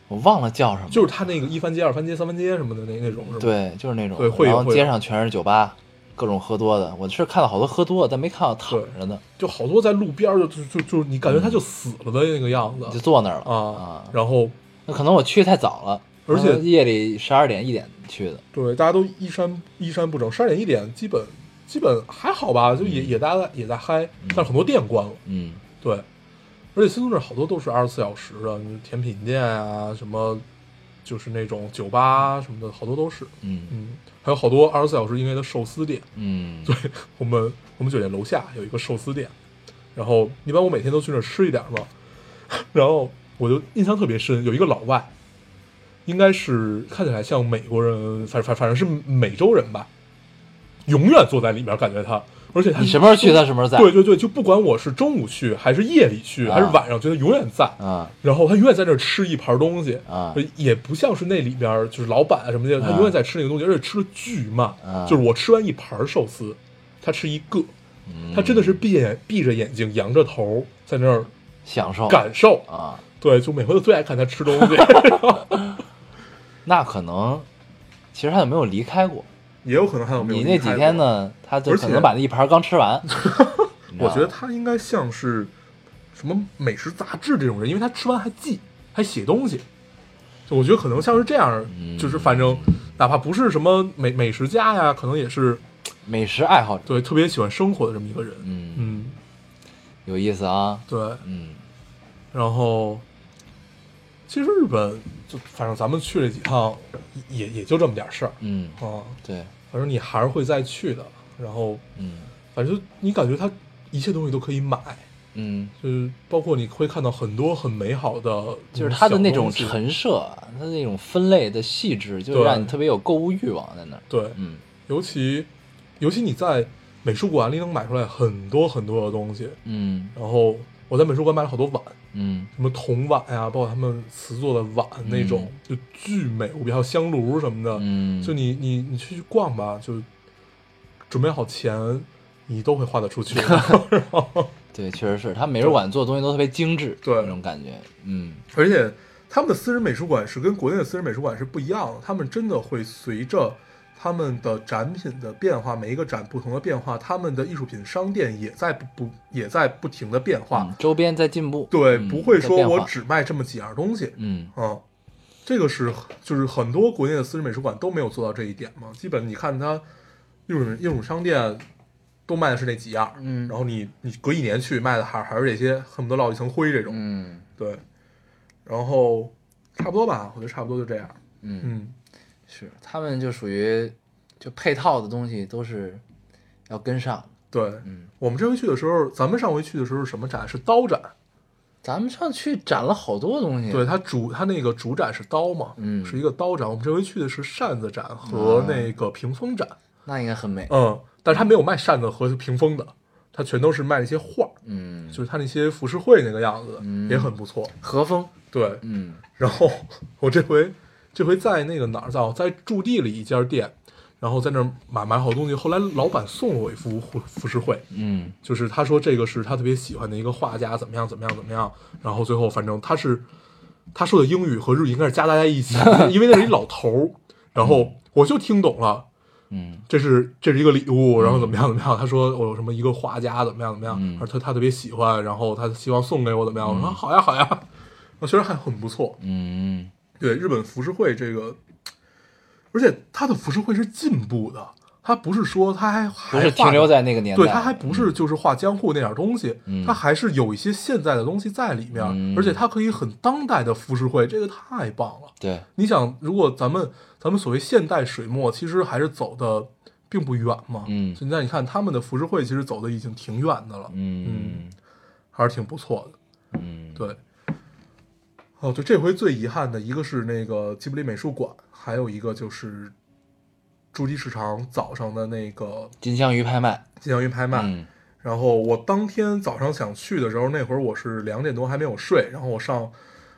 S1: 我忘了叫什么了。
S3: 就是他那个一番街、二番街、三番街什么的那那种是吧？，
S1: 对，就是那种，
S3: 对会有
S1: 然后
S3: 会有
S1: 街上全是酒吧，各种喝多的。我是看到好多喝多的，但没看到躺着的，
S3: 就好多在路边儿就就就就你感觉他就死了的那个样
S1: 就
S3: 子、
S1: 坐那儿了
S3: 啊
S1: 嗯啊。。
S3: 然后
S1: 那可能我去太早了，
S3: 而且
S1: 可能夜里十二点一点去的。
S3: 对大家都衣衫衣衫不整，十二点一点基本基本还好吧，就也、也大家也在嗨，但是很多店关了。
S1: 嗯，
S3: 对，而且新宿这儿好多都是二十四小时的，你甜品店啊，什么就是那种酒吧啊什么的，好多都是。
S1: 嗯
S3: 嗯，还有好多二十四小时营业的寿司店。
S1: 嗯，
S3: 对我们我们酒店楼下有一个寿司店，然后一般我每天都去那儿吃一点儿嘛。 然后我就印象特别深，有一个老外，应该是看起来像美国人，反反反正是美洲人吧，永远坐在里面，感觉他，而且他
S1: 你什么时候去，他什么时候在。
S3: 对对对，就不管我是中午去，还是夜里去，
S1: 啊
S3: 还是晚上去，他永远在。
S1: 啊，
S3: 然后他永远在那儿吃一盘东西
S1: 啊
S3: 也不像是那里边儿就是老板啊什么的，他
S1: 啊
S3: 永远在吃那个东西，而且吃的巨慢，
S1: 啊
S3: 就是我吃完一盘寿司，他吃一个，
S1: 嗯
S3: 他真的是闭眼闭着眼睛，扬着头在那儿
S1: 享受
S3: 感受，
S1: 啊，
S3: 对，就每回都最爱看他吃东 西，
S1: 那可能其实他有没有离开过？
S3: 也有可能还有没有
S1: 你那几天？呢，他就
S3: 而且
S1: 可能把那一盘刚吃完。你知道
S3: 我
S1: 吧
S3: 觉得他应该像是什么美食杂志这种人，因为他吃完还记，还写东西。
S1: 嗯
S3: 就我觉得可能像是这样，就是反正哪怕不是什么美美食家呀，可能也是
S1: 美食爱好者，
S3: 对特别喜欢生活的这么一个人。
S1: 嗯，
S3: 嗯，
S1: 有意思啊，
S3: 对。
S1: 嗯
S3: 然后其实日本就反正咱们去了几趟，也也就这么点事儿
S1: 嗯，
S3: 啊。
S1: 对，
S3: 反正你还是会再去的。然后
S1: 嗯
S3: 反正就你感觉它一切东西都可以买。
S1: 嗯。
S3: 就是包括你会看到很多很美好的，
S1: 就是它的那种
S3: 小东西
S1: 陈设啊，它的那种分类的细致，就
S3: 对
S1: 让你特别有购物欲望在那儿。
S3: 对，
S1: 嗯
S3: 尤其尤其你在美术馆里能买出来很多很多的东西。
S1: 嗯
S3: 然后我在美术馆买了好多碗，
S1: 嗯
S3: 什么铜碗呀、包括他们瓷做的碗那种，就巨美无比，还有香炉什么的。
S1: 嗯，
S3: 就你你你去逛吧，就准备好钱，你都会花得 出去。
S1: 对，确实是，它美术馆做的东西都特别精致，
S3: 对
S1: 那种感觉。嗯
S3: 而且他们的私人美术馆是跟国内的私人美术馆是不一样的，他们真的会随着他们的展品的变化，每一个展不同的变化，他们的艺术品商店也在不不也在不停的变化。
S1: 嗯嗯，周边在进步，
S3: 对，
S1: 嗯
S3: 不会
S1: 在
S3: 说
S1: 变
S3: 我
S1: 化
S3: 只卖这么几样东西，
S1: 嗯
S3: 嗯，这个是就是很多国内的私人美术馆都没有做到这一点嘛。基本你看它艺术艺术商店都卖的是那几样，
S1: 嗯
S3: 然后你你隔一年去卖的还还是这些，恨不得落一层灰这种，
S1: 嗯
S3: 对。然后差不多吧，我觉得差不多就这样。
S1: 嗯，
S3: 嗯，
S1: 是他们就属于就配套的东西都是要跟上。
S3: 对。
S1: 嗯，
S3: 我们这回去的时候，咱们上回去的时候是什么展？是刀展。
S1: 咱们上去展了好多东西。
S3: 对，，它主它那个主展是刀嘛，
S1: 嗯啊
S3: 是一个刀展。我们这回去的是扇子展和那个屏风展，
S1: 那应该很美。
S3: 嗯，但是它没有卖扇子和屏风的，它全都是卖那些画儿，
S1: 嗯，
S3: 就是它那些浮世绘那个样子的，
S1: 嗯
S3: 也很不错。
S1: 和风。
S3: 对，
S1: 嗯
S3: 然后我这回这回在那个哪儿，在我在驻地里一家店，然后在那儿买买好东西，后来老板送了我一幅浮浮世绘，
S1: 嗯
S3: 就是他说这个是他特别喜欢的一个画家，怎么样怎么样怎么样，然后最后反正他是他说的英语和日语应该是夹杂在一起， 因为那是一老头儿，然后我就听懂了，
S1: 嗯
S3: 这是这是一个礼物，然后怎么样怎么样，他说我有什么一个画家怎么样怎么样
S1: 嗯，
S3: 而他他特别喜欢，然后他希望送给我怎么样，我说好呀好呀，我觉得还很不错，
S1: 嗯，
S3: 对日本浮世绘这个，而且他的浮世绘是进步的。他不是说他还
S1: 不
S3: 还
S1: 是
S3: 画
S1: 停留在那个年代。
S3: 对，它还不是就是画江户那点儿东西，
S1: 嗯
S3: 它还是有一些现在的东西在里面，
S1: 嗯
S3: 而且它可以很当代的浮世绘，这个太棒了。
S1: 对，
S3: 你想，如果咱们咱们所谓现代水墨，其实还是走的并不远嘛，
S1: 嗯
S3: 现在你看他们的浮世绘，其实走的已经挺远的了，
S1: 嗯
S3: 还是挺不错的。
S1: 嗯，
S3: 对，哦，就这回最遗憾的一个是那个吉卜力美术馆，还有一个就是诸暨市场早上的那个
S1: 金枪鱼拍卖。
S3: 金祥云拍卖。
S1: 嗯
S3: 然后我当天早上想去的时候，那会儿我是两点多还没有睡，然后我上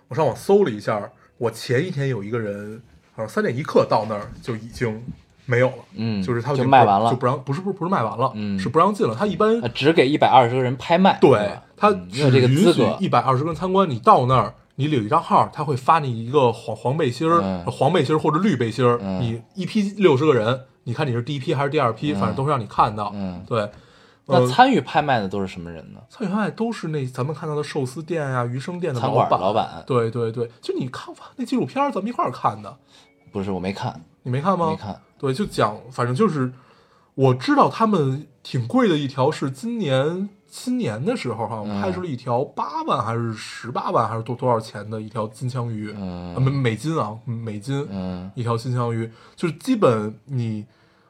S3: 我上网搜了一下，我前一天有一个人好像三点一刻到那儿就已经没有了，
S1: 嗯，
S3: 就是他
S1: 就
S3: 已经
S1: 卖
S3: 不
S1: 完了
S3: 就不让不是不是不是卖完了，
S1: 嗯
S3: 是不让进了。他一般、
S1: 呃只给一百二十个人拍卖。是
S3: 对
S1: 吧
S3: 他
S1: 嗯没
S3: 只
S1: 有这个
S3: 允
S1: 资
S3: 许
S1: 格。
S3: 一百二十个人参观，你到那儿。你领一张号，他会发你一个黄黄背心儿、
S1: 嗯
S3: 黄背心儿或者绿背心儿。
S1: 嗯
S3: 你一批六十个人，你看你是第一批还是第二批，
S1: 嗯
S3: 反正都是让你看到。
S1: 嗯，
S3: 对，
S1: 那
S3: 呃
S1: 参与拍卖的都是什么人呢？
S3: 餐饮外都是那咱们看到的寿司店呀、鱼生店的
S1: 餐
S3: 老
S1: 馆
S3: 板。
S1: 老板
S3: 对对对，就你看吧，那纪录片儿咱们一块儿看的，
S1: 不是，我没看，
S3: 你没看吗？
S1: 没。看。
S3: 对，就讲，反正就是我知道他们挺贵的一条是今年新年的时候哈、
S1: 嗯
S3: 拍出了一条八万还是十八万还是多多少钱的一条金枪鱼，
S1: 嗯
S3: 呃美、美金啊，美金，
S1: 嗯
S3: 一条金枪鱼，就是基本你，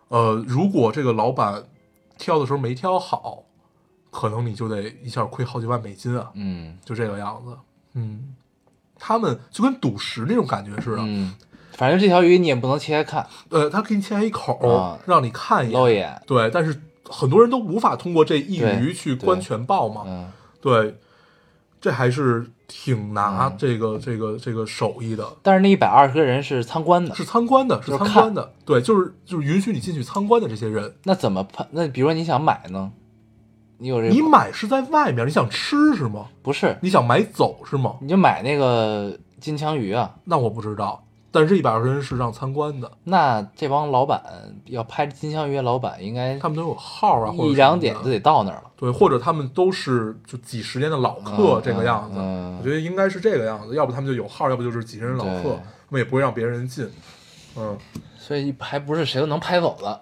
S3: 呃，如果这个老板挑的时候没挑好，可能你就得一下亏好几万美金啊，
S1: 嗯
S3: 就这个样子。嗯，他们就跟赌石那种感觉似的，
S1: 嗯，反正这条鱼你也不能切开看，
S3: 呃，他给你切一口，
S1: 啊
S3: 让你看一
S1: 露一
S3: 眼，
S1: 眼。
S3: 对，但是很多人都无法通过这一
S1: 对
S3: 鱼去
S1: 对
S3: 观全豹嘛，
S1: 嗯
S3: 对，这还是挺拿
S1: 嗯
S3: 这个、这个这个手艺的，
S1: 但是那一百二十个人是参观的
S3: 是，参观的，是
S1: 就是
S3: 参
S1: 看
S3: 观的，对，就是就是允许你进去参观的这些人，
S1: 那怎么判？那比如说你想买呢，你有这个
S3: 你买是在外面，你想吃是吗？
S1: 不是？
S3: 你想买走是吗？
S1: 你就买那个金枪鱼啊？
S3: 那我不知道，但是这一百二十人是让参观的，
S1: 那这帮老板要拍金枪鱼，的老板应该
S3: 他们都有号啊，或者
S1: 一两
S3: 什
S1: 点
S3: 么
S1: 就
S3: 的
S1: 得到那儿了。
S3: 对，或者他们都是就几十年的老客
S1: 嗯
S3: 这个样子，
S1: 嗯嗯
S3: 我觉得应该是这个样子，要不他们就有号，要不就是几十年老客
S1: 对，
S3: 他们也不会让别人进，嗯，
S1: 所以还不是谁都能拍走的，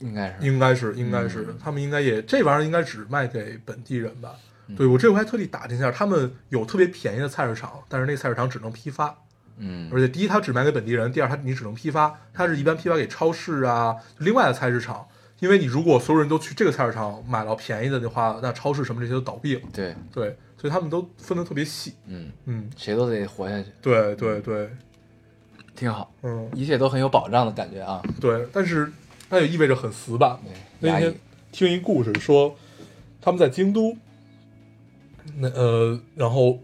S1: 应该是。
S3: 应该是应该是，
S1: 嗯
S3: 他们应该也这玩意儿应该只卖给本地人吧。
S1: 嗯
S3: 对我这回还特地打听一下，他们有特别便宜的菜市场，但是那菜市场只能批发，
S1: 嗯
S3: 而且第一，它只卖给本地人；第二，它你只能批发，它是一般批发给超市啊，另外的菜市场。因为你如果所有人都去这个菜市场买到便宜的的话，那超市什么这些都倒闭了。
S1: 对，
S3: 对，所以他们都分得特别细。
S1: 嗯，
S3: 嗯，
S1: 谁都得活下去，
S3: 对对对，
S1: 挺好，
S3: 嗯
S1: 一切都很有保障的感觉啊。
S3: 对，但是它也意味着很死板嘛。
S1: 对压
S3: 那
S1: 抑
S3: 天听一故事说，他们在京都，那呃，然后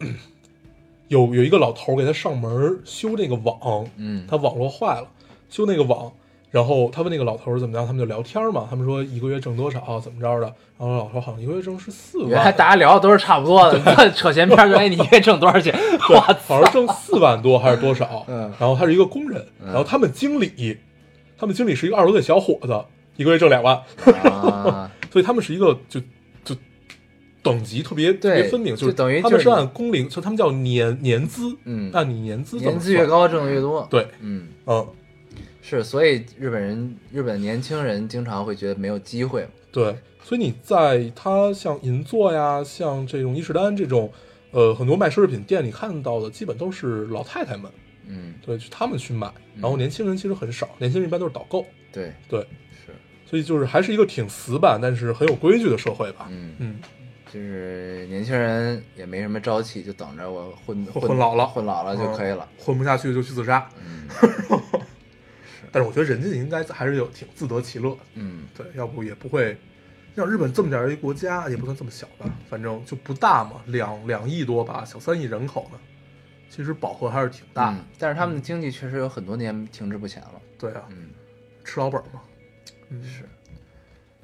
S3: 有有一个老头儿给他上门儿修那个网，
S1: 嗯
S3: 他网络坏了，修那个网。然后他问那个老头儿怎么样，他们就聊天儿嘛。他们说一个月挣多少，怎么着的。然后老头儿好像一个月挣是四万，
S1: 原来大家聊的都是差不多的， 扯闲篇 儿就哎，你一月挣多少钱？
S3: 对
S1: 哇，，
S3: 好像挣四万多还是多少？
S1: 嗯
S3: 然后他是一个工人，然后他们经理，他们经理是一个二十多岁小伙子，一个月挣两万，
S1: 啊
S3: 所以他们是一个就就等级特别特
S1: 对
S3: 别分明，就是
S1: 就等于
S3: 他们
S1: 就是是你
S3: 按工龄，就他们叫年年资，
S1: 嗯
S3: 按你年资这么
S1: 年资越
S3: 算，
S1: 高挣的越多。，
S3: 对，
S1: 嗯，
S3: 嗯，
S1: 是，所以日本人、日本年轻人经常会觉得没有机会嘛。
S3: 对，所以你在它像银座呀，像这种伊势丹这种，呃，很多卖奢侈品店里看到的，基本都是老太太们，
S1: 嗯，
S3: 对，就他们去买，
S1: 嗯
S3: 然后年轻人其实很少，年轻人一般都是导购，
S1: 对，
S3: 对，
S1: 是，
S3: 所以就是还是一个挺死板，但是很有规矩的社会吧，
S1: 嗯，
S3: 嗯，
S1: 就是年轻人也没什么朝气，就等着我混
S3: 混老了嗯
S1: 混老了就可以了。
S3: 混不下去就去自杀，
S1: 嗯
S3: 但是我觉得人家应该还是有挺自得其乐的，
S1: 嗯
S3: 对，要不也不会。像日本这么点儿一国家，也不算这么小 吧，反正就不大嘛，两两亿多吧，小三亿人口呢，其实饱和还是挺大的。
S1: 嗯但是他们的经济确实有很多年停滞不前了。
S3: 对啊，
S1: 嗯，
S3: 吃老本儿嘛。嗯，
S1: 是，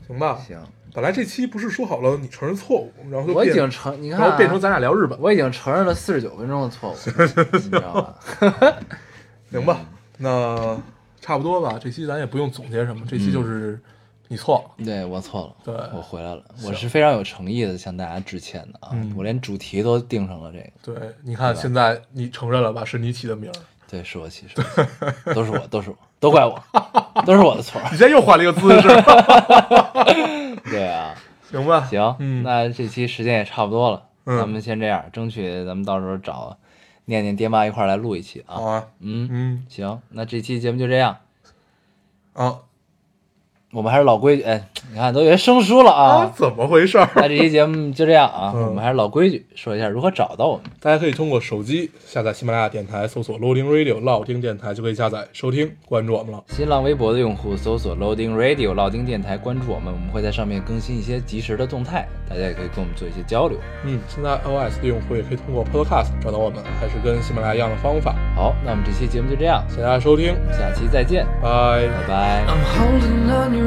S3: 行吧。
S1: 行，
S3: 本来这期不是说好了你承认错误，然后就
S1: 我已
S3: 变
S1: 经承，你看、
S3: 然后
S1: 啊，
S3: 变成咱俩聊日本，
S1: 我已经承认了四十九分钟的错误，你知道 吧？
S3: 行吧？
S1: 嗯
S3: 那差不多吧，这期咱也不用总结什么，这期
S1: 嗯
S3: 就是你错了。
S1: 对我错了，
S3: 对
S1: 我回来了，我是非常有诚意的向大家致歉的啊，
S3: 嗯
S1: 我连主题都定成了这个，
S3: 对，你看现在你承认了吧？是你起的名儿，
S1: 对，是我歧视，都是我，都是我，都怪我，都是我的错儿，
S3: 你现在又换了一个姿势，
S1: 对啊，
S3: 行吧？
S1: 行，
S3: 嗯，
S1: 那这期时间也差不多了，
S3: 嗯
S1: 咱们先这样，争取咱们到时候找念念爹妈一块儿来录一期
S3: 好
S1: 啊，
S3: 啊，
S1: 嗯，
S3: 嗯
S1: 行，那这期节目就这样，
S3: 啊
S1: 我们还是老规矩，哎，你看都有些生疏了
S3: 啊，
S1: 啊，
S3: 怎么回事儿？
S1: 那这期节目就这样啊，
S3: 嗯
S1: 我们还是老规矩，说一下如何找到我们。
S3: 大家可以通过手机下载喜马拉雅电台，搜索 Loading Radio 老丁电台就可以下载收听，关注我们了。
S1: 新浪微博的用户搜索 Loading Radio 老丁电台，关注我们，我们会在上面更新一些及时的动态，大家也可以跟我们做一些交流。
S3: 嗯，现在 iOS 的用户也可以通过 Podcast 找到我们，还是跟喜马拉雅一样的方法。
S1: 好，那我们这期节目就这样，
S3: 谢谢大家收听，
S1: 下期再见，
S3: 拜。
S1: 拜拜。
S4: I'm holding on your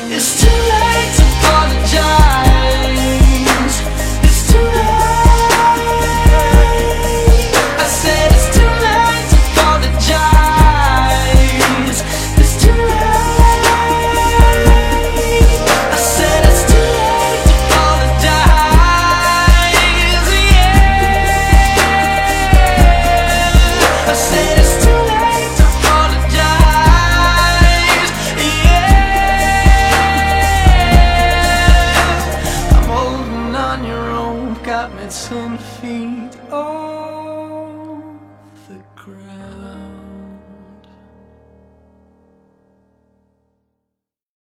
S4: It's too late to apologize. It's too late. I said it's too late to apologize. It's too late. I said it's too late to apologize. Yeah. I said it's too late to apologize. Yeah. I'm holding on your rope, got me ten feet off the ground.